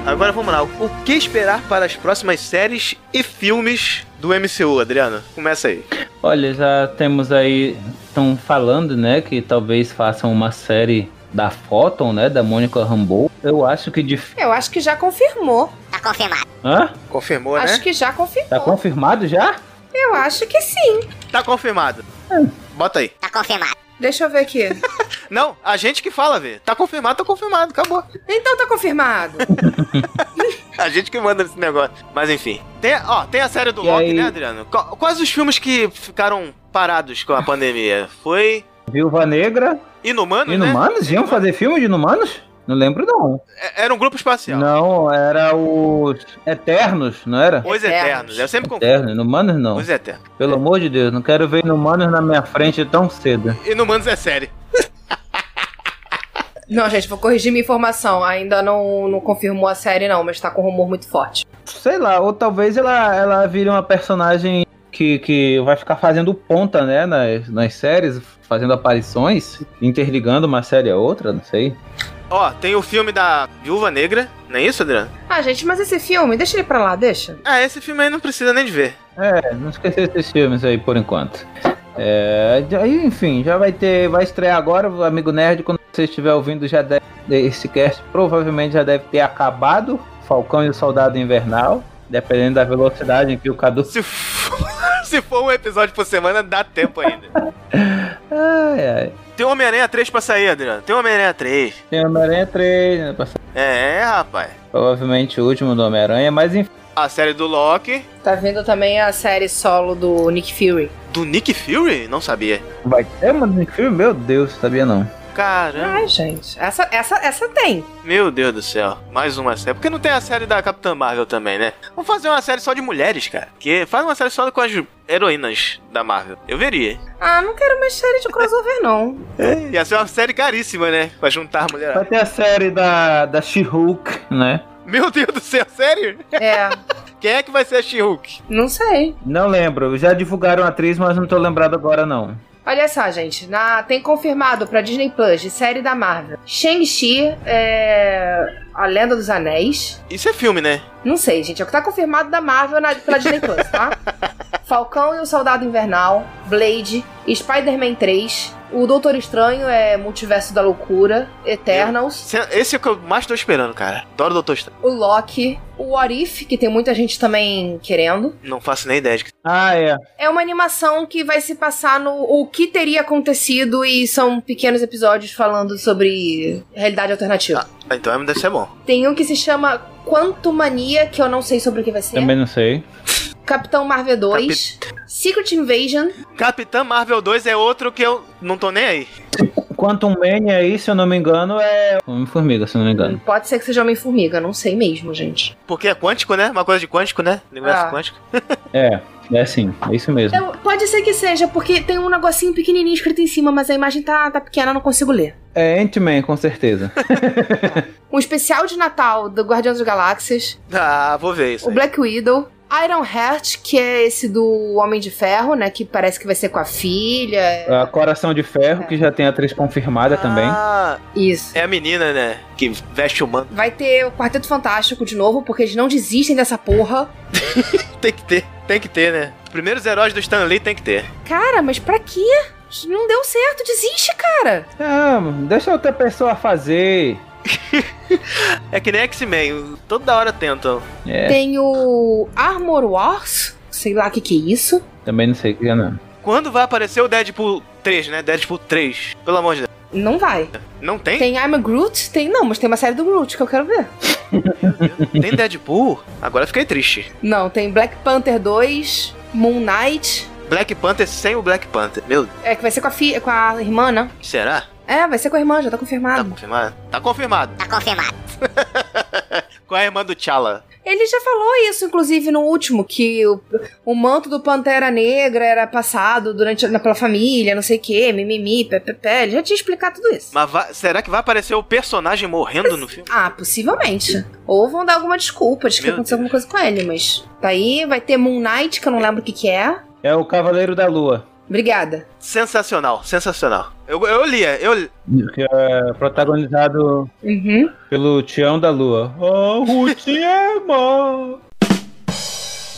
[SPEAKER 1] Agora vamos lá. O que esperar para as próximas séries e filmes do MCU, Adriano? Começa aí.
[SPEAKER 5] Olha, já temos aí, estão falando, né, que talvez façam uma série da Photon, né, da Mônica Rambeau. Eu acho que de...
[SPEAKER 6] Eu acho que já confirmou. Tá confirmado.
[SPEAKER 5] Hã?
[SPEAKER 1] Confirmou,
[SPEAKER 6] Acho
[SPEAKER 1] né?
[SPEAKER 6] que já confirmou.
[SPEAKER 5] Tá confirmado já?
[SPEAKER 6] Eu acho que sim.
[SPEAKER 1] Tá confirmado. Bota aí.
[SPEAKER 6] Tá confirmado. Deixa eu ver aqui.
[SPEAKER 1] Não, a gente que fala, Vê. Tá confirmado, tá confirmado. Acabou.
[SPEAKER 6] então tá confirmado.
[SPEAKER 1] [laughs] A gente que manda nesse negócio. Mas enfim. Tem, ó, tem a série do
[SPEAKER 5] E
[SPEAKER 1] Loki,
[SPEAKER 5] aí?
[SPEAKER 1] né, Adriano? Qu- Quais os filmes que ficaram parados
[SPEAKER 5] [laughs]
[SPEAKER 1] com a pandemia? Foi
[SPEAKER 5] Viúva Negra,
[SPEAKER 1] Inumanos,
[SPEAKER 5] Inumanos? Iam fazer filme de Inumanos? Não lembro não.
[SPEAKER 1] né? É- Era um grupo espacial.
[SPEAKER 5] Não, era os Eternos, não era?
[SPEAKER 1] Os Eternos. Eu sempre confundo.
[SPEAKER 5] Eternos, Inumanos não.
[SPEAKER 1] Os Eternos.
[SPEAKER 5] Pelo amor de Deus, não quero ver Inumanos na minha frente tão cedo.
[SPEAKER 1] Inumanos é série.
[SPEAKER 6] não, gente, vou corrigir minha informação. Ainda não, não confirmou a série, não, mas tá com um rumor muito forte.
[SPEAKER 5] Sei lá, ou talvez ela, ela vire uma personagem que, que vai ficar fazendo ponta, né, nas, nas séries, fazendo aparições, interligando uma série a outra, não sei.
[SPEAKER 1] Ó, tem o filme da Viúva Negra, não é isso, Adriano?
[SPEAKER 6] Ah, gente, mas esse filme, deixa ele pra lá, deixa.
[SPEAKER 1] Ah, esse filme aí não precisa nem de ver.
[SPEAKER 5] É, não esquecer esses filmes aí por enquanto. É, aí, enfim, já vai ter, vai estrear agora, o amigo nerd, quando você estiver ouvindo já deve, esse cast, provavelmente já deve ter acabado Falcão e o Soldado Invernal, dependendo da velocidade em que o Cadu
[SPEAKER 1] Se for, [laughs] se for um episódio por semana, dá tempo ainda.
[SPEAKER 5] [laughs] ai, ai.
[SPEAKER 1] Tem Homem-Aranha 3 pra sair, Adriano. Tem Homem-Aranha 3.
[SPEAKER 5] Tem Homem-Aranha 3, né, pra-
[SPEAKER 1] É, rapaz.
[SPEAKER 5] provavelmente o último do Homem-Aranha, mas enfim.
[SPEAKER 1] A série do Loki.
[SPEAKER 6] Tá vindo também a série solo do Nick Fury.
[SPEAKER 1] Do Nick Fury? Não sabia.
[SPEAKER 5] Vai ter, É, mano, filme? Meu Deus, sabia não.
[SPEAKER 1] Caramba.
[SPEAKER 6] Ai, gente. Essa, essa, essa tem.
[SPEAKER 1] Meu Deus do céu. Mais uma série. Porque não tem a série da Capitã Marvel também, né? Vamos fazer uma série só de mulheres, cara. Que faz uma série só com as heroínas da Marvel. Eu veria.
[SPEAKER 6] Ah, não quero mais série de crossover, não.
[SPEAKER 1] É, Ia ser uma série caríssima, né? Pra juntar a mulherada.
[SPEAKER 5] Vai ter a série da, da She-Hulk, né?
[SPEAKER 1] Meu Deus do céu, sério?
[SPEAKER 6] É.
[SPEAKER 1] Quem é que vai ser a She-Hulk?
[SPEAKER 6] Não sei.
[SPEAKER 5] Não lembro, já divulgaram a atriz, mas não tô lembrado agora não.
[SPEAKER 6] Olha só, gente, na- tem confirmado pra Disney Plus de série da Marvel. Shang-Chi, é... A Lenda dos Anéis.
[SPEAKER 1] Isso é filme, né?
[SPEAKER 6] Não sei, gente, é o que tá confirmado da Marvel na, pela Disney Plus, tá? Falcão e o Soldado Invernal, Blade, Spider-Man 3, o Doutor Estranho é Multiverso da Loucura, Eternals,
[SPEAKER 1] Esse é- Esse é o que eu mais tô esperando, cara. Adoro o Doutor Estranho.
[SPEAKER 6] o Loki, o What If, que tem muita gente também querendo.
[SPEAKER 1] Não faço nem ideia de que...
[SPEAKER 5] Ah, é.
[SPEAKER 6] É uma animação que vai se passar no o que teria acontecido e são pequenos episódios falando sobre realidade alternativa.
[SPEAKER 1] Ah, Então deve ser bom.
[SPEAKER 6] Tem um que se chama Quantumania, que eu não sei sobre o que vai ser.
[SPEAKER 5] Também não sei.
[SPEAKER 6] Capitão Marvel 2, Secret Invasion,
[SPEAKER 1] Capitã Marvel 2 é outro que eu não tô nem aí.
[SPEAKER 5] Quantum Mania aí, se eu não me engano, é. Homem-Formiga, se eu não me engano.
[SPEAKER 6] pode ser que seja Homem-Formiga, não sei mesmo, gente.
[SPEAKER 1] Porque é quântico, né? Uma coisa de quântico, né? Universo
[SPEAKER 6] Ah.
[SPEAKER 1] quântico.
[SPEAKER 5] É, é sim, é isso mesmo.
[SPEAKER 6] Então, pode ser que seja, porque tem um negocinho pequenininho escrito em cima, mas a imagem tá, tá pequena, eu não consigo ler.
[SPEAKER 5] É Ant-Man, com certeza.
[SPEAKER 6] Um especial de Natal do Guardiões das Galáxias,
[SPEAKER 1] Ah, vou ver isso.
[SPEAKER 6] O
[SPEAKER 1] aí.
[SPEAKER 6] Black Widow. Iron Heart, que é esse do Homem de Ferro, né? Que parece que vai ser com a filha.
[SPEAKER 5] Ah, Coração de Ferro, que já tem a atriz confirmada também.
[SPEAKER 1] Ah,
[SPEAKER 6] Isso.
[SPEAKER 1] é a menina, né? Que veste o manto.
[SPEAKER 6] Vai ter o Quarteto Fantástico de novo, porque eles não desistem dessa porra.
[SPEAKER 1] Tem que ter. Tem que ter, né? Primeiros heróis do Stan Lee tem que ter.
[SPEAKER 6] Cara, mas pra quê? Isso Não deu certo, desiste, cara.
[SPEAKER 5] Ah, deixa outra pessoa fazer.
[SPEAKER 1] É que nem X-Men. Toda hora tentam.
[SPEAKER 5] É,
[SPEAKER 6] Tem o Armor Wars, sei lá o que que é isso.
[SPEAKER 5] também não sei o que é não.
[SPEAKER 1] Quando vai aparecer o Deadpool 3, né? Deadpool 3. Pelo amor de Deus.
[SPEAKER 6] Não vai.
[SPEAKER 1] Não tem?
[SPEAKER 6] Tem I'm a Groot? Tem não, mas tem uma série do Groot que eu quero ver.
[SPEAKER 1] Tem Deadpool? Agora fiquei triste.
[SPEAKER 6] Não, tem Black Panther 2, Moon Knight.
[SPEAKER 1] Black Panther sem o Black Panther. Meu,
[SPEAKER 6] É, que vai ser com a, fi com a irmã, né?
[SPEAKER 1] será?
[SPEAKER 6] É, vai ser com a irmã, já tá
[SPEAKER 1] Tá
[SPEAKER 6] confirmado.
[SPEAKER 1] confirmado? Tá confirmado. Tá [laughs] confirmado. Com a irmã do T'Challa.
[SPEAKER 6] Ele já falou isso, inclusive, no último, que o, o manto do Pantera Negra era passado durante na- pela família, não sei o quê, mimimi, pepepé. Ele já tinha explicado tudo isso.
[SPEAKER 1] Mas vai- será que vai aparecer o personagem morrendo no filme?
[SPEAKER 6] Ah, possivelmente. Ou vão dar alguma desculpa de que
[SPEAKER 1] Meu
[SPEAKER 6] aconteceu alguma coisa com ele, mas. Tá aí, vai ter Moon Knight, que eu não lembro o que, que é.
[SPEAKER 5] É o Cavaleiro da Lua,
[SPEAKER 6] Obrigada.
[SPEAKER 1] Sensacional, sensacional. Eu, eu lia, eu li.
[SPEAKER 5] que é protagonizado
[SPEAKER 6] Uhum.
[SPEAKER 5] pelo Tião da Lua. Oh, o Tião!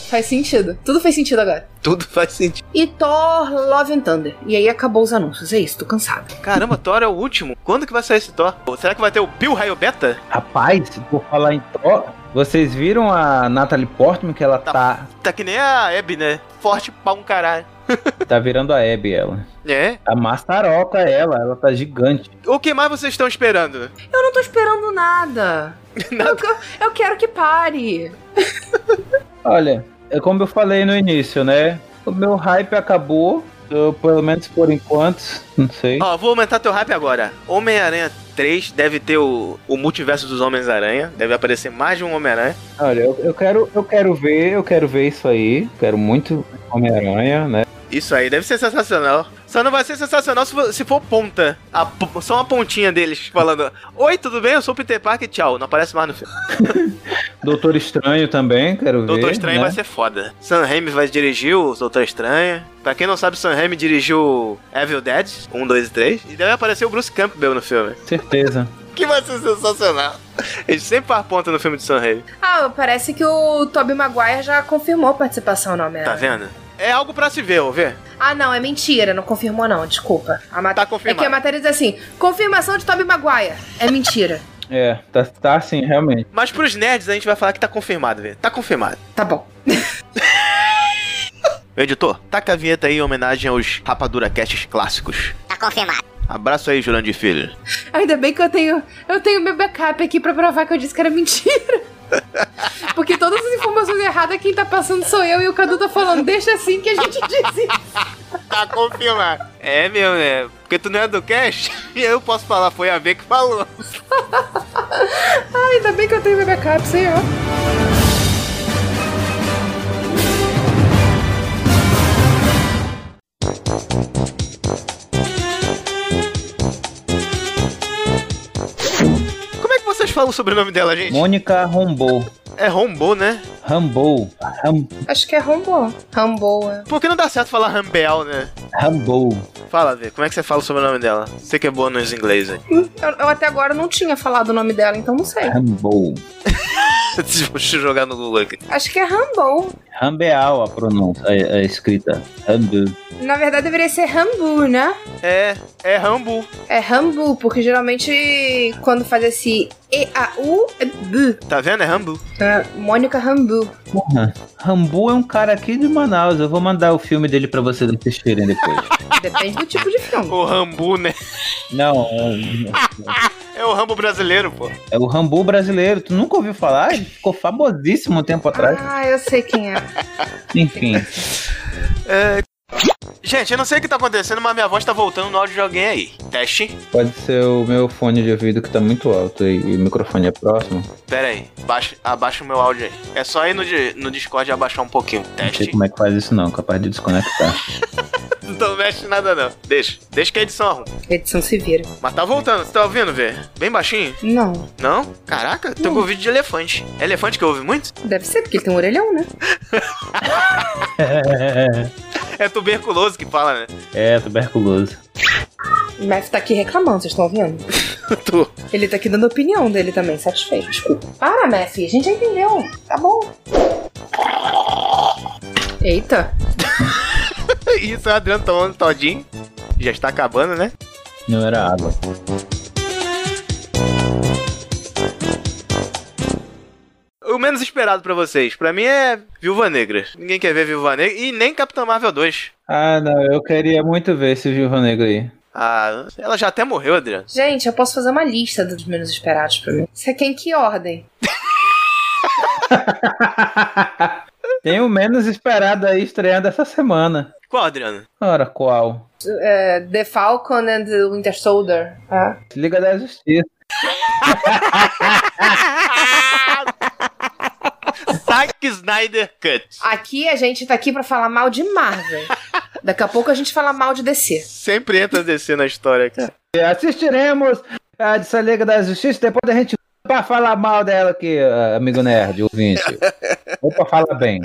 [SPEAKER 6] Faz sentido. Tudo fez sentido agora.
[SPEAKER 1] Tudo faz sentido.
[SPEAKER 6] E Thor Love and Thunder. E aí acabou os anúncios. É isso, tô cansada.
[SPEAKER 1] Caramba, Thor é o último. Quando que vai sair esse Thor? Ou Será que vai ter o Bill Raio Beta?
[SPEAKER 5] Rapaz, por falar em Thor, vocês viram a Natalie Portman que ela
[SPEAKER 1] Tá.
[SPEAKER 5] tá,
[SPEAKER 1] Tá que nem a Abby, né? Forte pra um caralho.
[SPEAKER 5] tá virando a Abby, ela.
[SPEAKER 1] É?
[SPEAKER 5] Tá mastaroca ela, ela tá gigante.
[SPEAKER 1] O que mais vocês estão esperando?
[SPEAKER 6] Eu não tô esperando
[SPEAKER 1] [laughs]
[SPEAKER 6] nada. Eu, que- eu quero que pare.
[SPEAKER 5] Olha, é como eu falei no início, né? O meu hype acabou, eu, pelo menos por enquanto, não sei.
[SPEAKER 1] Ó, vou aumentar teu hype agora. Homem-Aranha 3 deve ter o, o multiverso dos Homens-Aranha. Deve aparecer mais de um Homem-Aranha.
[SPEAKER 5] Olha, eu, eu quero, eu quero ver, eu quero ver isso aí. Quero muito Homem-Aranha, né?
[SPEAKER 1] Isso aí deve ser sensacional. Só não vai ser sensacional se for, se for ponta. A po- só uma pontinha deles falando: Oi, tudo bem? Eu sou o Peter Parker, tchau. Não aparece mais no filme.
[SPEAKER 5] Doutor Estranho também, quero ver.
[SPEAKER 1] Doutor Estranho
[SPEAKER 5] né?
[SPEAKER 1] vai ser foda. Sam Raimi vai dirigir o Doutor Estranho. Pra quem não sabe, Sam Raimi dirigiu Evil Dead 1, 2 e 3. E deve aparecer o Bruce Campbell no filme.
[SPEAKER 5] Certeza.
[SPEAKER 1] Que vai ser sensacional. Ele sempre faz ponta no filme de Sam Raimi.
[SPEAKER 6] Ah, parece que o Tobey Maguire já confirmou a participação no homem
[SPEAKER 1] Tá vendo? É algo pra se ver, ô, ver.
[SPEAKER 6] Ah, não, é mentira, não confirmou não, desculpa. A mat... Tá confirmado. É que a matéria diz assim, confirmação de Tobey Maguire. É mentira.
[SPEAKER 5] É, tá, tá assim, realmente.
[SPEAKER 1] Mas pros nerds a gente vai falar que tá confirmado, velho. Tá confirmado.
[SPEAKER 6] Tá bom.
[SPEAKER 1] Editor, taca a vinheta aí em homenagem aos Rapadura Casts clássicos.
[SPEAKER 13] Tá confirmado.
[SPEAKER 1] Abraço aí, Jurandir Filho.
[SPEAKER 6] Ainda bem que eu tenho, eu tenho meu backup aqui pra provar que eu disse que era mentira. Porque todas as informações erradas quem tá passando sou eu e o Cadu tá falando, deixa assim que a gente disse.
[SPEAKER 1] Tá confirmado. É meu, né? Porque tu não é do cast, [laughs] e eu posso falar, foi a V que falou.
[SPEAKER 6] Ai, Ah, ainda bem que eu tenho meu backup, senhor.
[SPEAKER 1] Como é que vocês falam o sobrenome dela, gente?
[SPEAKER 5] Mônica Rombou.
[SPEAKER 1] É Rombo, né?
[SPEAKER 5] Rambo. Ram,
[SPEAKER 6] Acho que é Rambo. Rambo, é.
[SPEAKER 1] Por que não dá certo falar Rambel, né?
[SPEAKER 5] Rambo.
[SPEAKER 1] Fala, Vê, como é que você fala o sobrenome dela? Você que é boa nos inglês aí.
[SPEAKER 6] Hum, Eu, eu até agora não tinha falado o nome dela, então não sei.
[SPEAKER 5] Rambo.
[SPEAKER 1] [laughs] Deixa eu jogar no Google aqui.
[SPEAKER 6] Acho que é Rambo.
[SPEAKER 5] Rambeal a pronúncia, a, a escrita. Rambo.
[SPEAKER 6] Na verdade deveria ser Rambu, né?
[SPEAKER 1] É, é Rambu.
[SPEAKER 6] É Rambu, porque geralmente quando faz esse E-A-U, é B.
[SPEAKER 1] Tá vendo? É Rambu.
[SPEAKER 6] É Mônica Rambu.
[SPEAKER 5] Porra. Rambo é um cara aqui de Manaus. Eu vou mandar o filme dele pra vocês assistirem depois. [laughs]
[SPEAKER 6] Depende do tipo de filme.
[SPEAKER 1] O Rambu, né?
[SPEAKER 5] Não, é,
[SPEAKER 1] É o Rambo brasileiro, pô.
[SPEAKER 5] é o Rambo brasileiro. Tu nunca ouviu falar? Ele ficou famosíssimo um tempo atrás.
[SPEAKER 6] Ah, eu sei quem é.
[SPEAKER 5] Enfim.
[SPEAKER 1] É... Gente, eu não sei o que tá acontecendo, mas minha voz tá voltando no áudio de alguém aí. Teste.
[SPEAKER 5] Pode ser o meu fone de ouvido que tá muito alto e, e o microfone é próximo.
[SPEAKER 1] Pera aí, baixa, abaixa o meu áudio aí. É só ir no, di- no Discord e abaixar um pouquinho.
[SPEAKER 5] Não sei
[SPEAKER 1] Teste.
[SPEAKER 5] como é que faz isso não, capaz de desconectar.
[SPEAKER 1] Não mexe nada não. Deixa. Deixa que a edição arruma.
[SPEAKER 6] Edição se vira.
[SPEAKER 1] Mas tá voltando, você tá ouvindo, Vê? Bem baixinho?
[SPEAKER 6] Não.
[SPEAKER 1] Não? Caraca, tô com ouvido de elefante. É elefante que ouve muito?
[SPEAKER 6] Deve ser, porque ele tem um orelhão, né?
[SPEAKER 1] É tuberculoso que fala, né?
[SPEAKER 5] é, tuberculoso.
[SPEAKER 6] O Mef tá aqui reclamando, vocês estão ouvindo?
[SPEAKER 1] Tô.
[SPEAKER 6] Ele tá aqui dando a opinião dele também, satisfeito, desculpa. Para, Mef, a gente já entendeu. Tá bom. Eita.
[SPEAKER 1] [laughs] Isso, o Adriano tomando todinho. Já está acabando, né?
[SPEAKER 5] Não era água.
[SPEAKER 1] O menos esperado pra vocês, pra mim é Viúva Negra. Ninguém quer ver Viúva Negra e nem Capitão Marvel 2.
[SPEAKER 5] Ah, não, eu queria muito ver esse Viúva Negra aí.
[SPEAKER 1] Ah, ela já até morreu, Adriano.
[SPEAKER 6] Gente, eu posso fazer uma lista dos menos esperados pra mim. Você quer em que ordem?
[SPEAKER 5] Tem o menos esperado aí estreando essa semana.
[SPEAKER 1] Qual, Adriano?
[SPEAKER 5] Ora, qual?
[SPEAKER 6] É, The Falcon and the Winter Soldier. Ah.
[SPEAKER 5] Liga da Justiça.
[SPEAKER 1] Zack Snyder Cut.
[SPEAKER 6] Aqui a gente tá aqui pra falar mal de Marvel. Daqui a pouco a gente fala mal de DC.
[SPEAKER 1] Sempre entra descer na história, cara.
[SPEAKER 5] E Assistiremos a dessa Liga da Justiça, depois a gente pra falar mal dela aqui, ah, amigo nerd, ouvinte. Ou pra falar bem.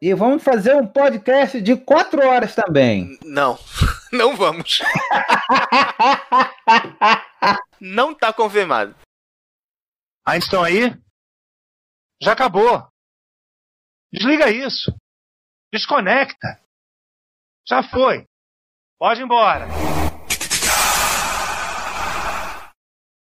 [SPEAKER 5] E vamos fazer um podcast de quatro horas também.
[SPEAKER 1] Não, [laughs] não [laughs] vamos. não tá confirmado.
[SPEAKER 14] Ainda Ah, estão aí? Já acabou. Desliga isso. Desconecta. Já foi. Pode ir embora.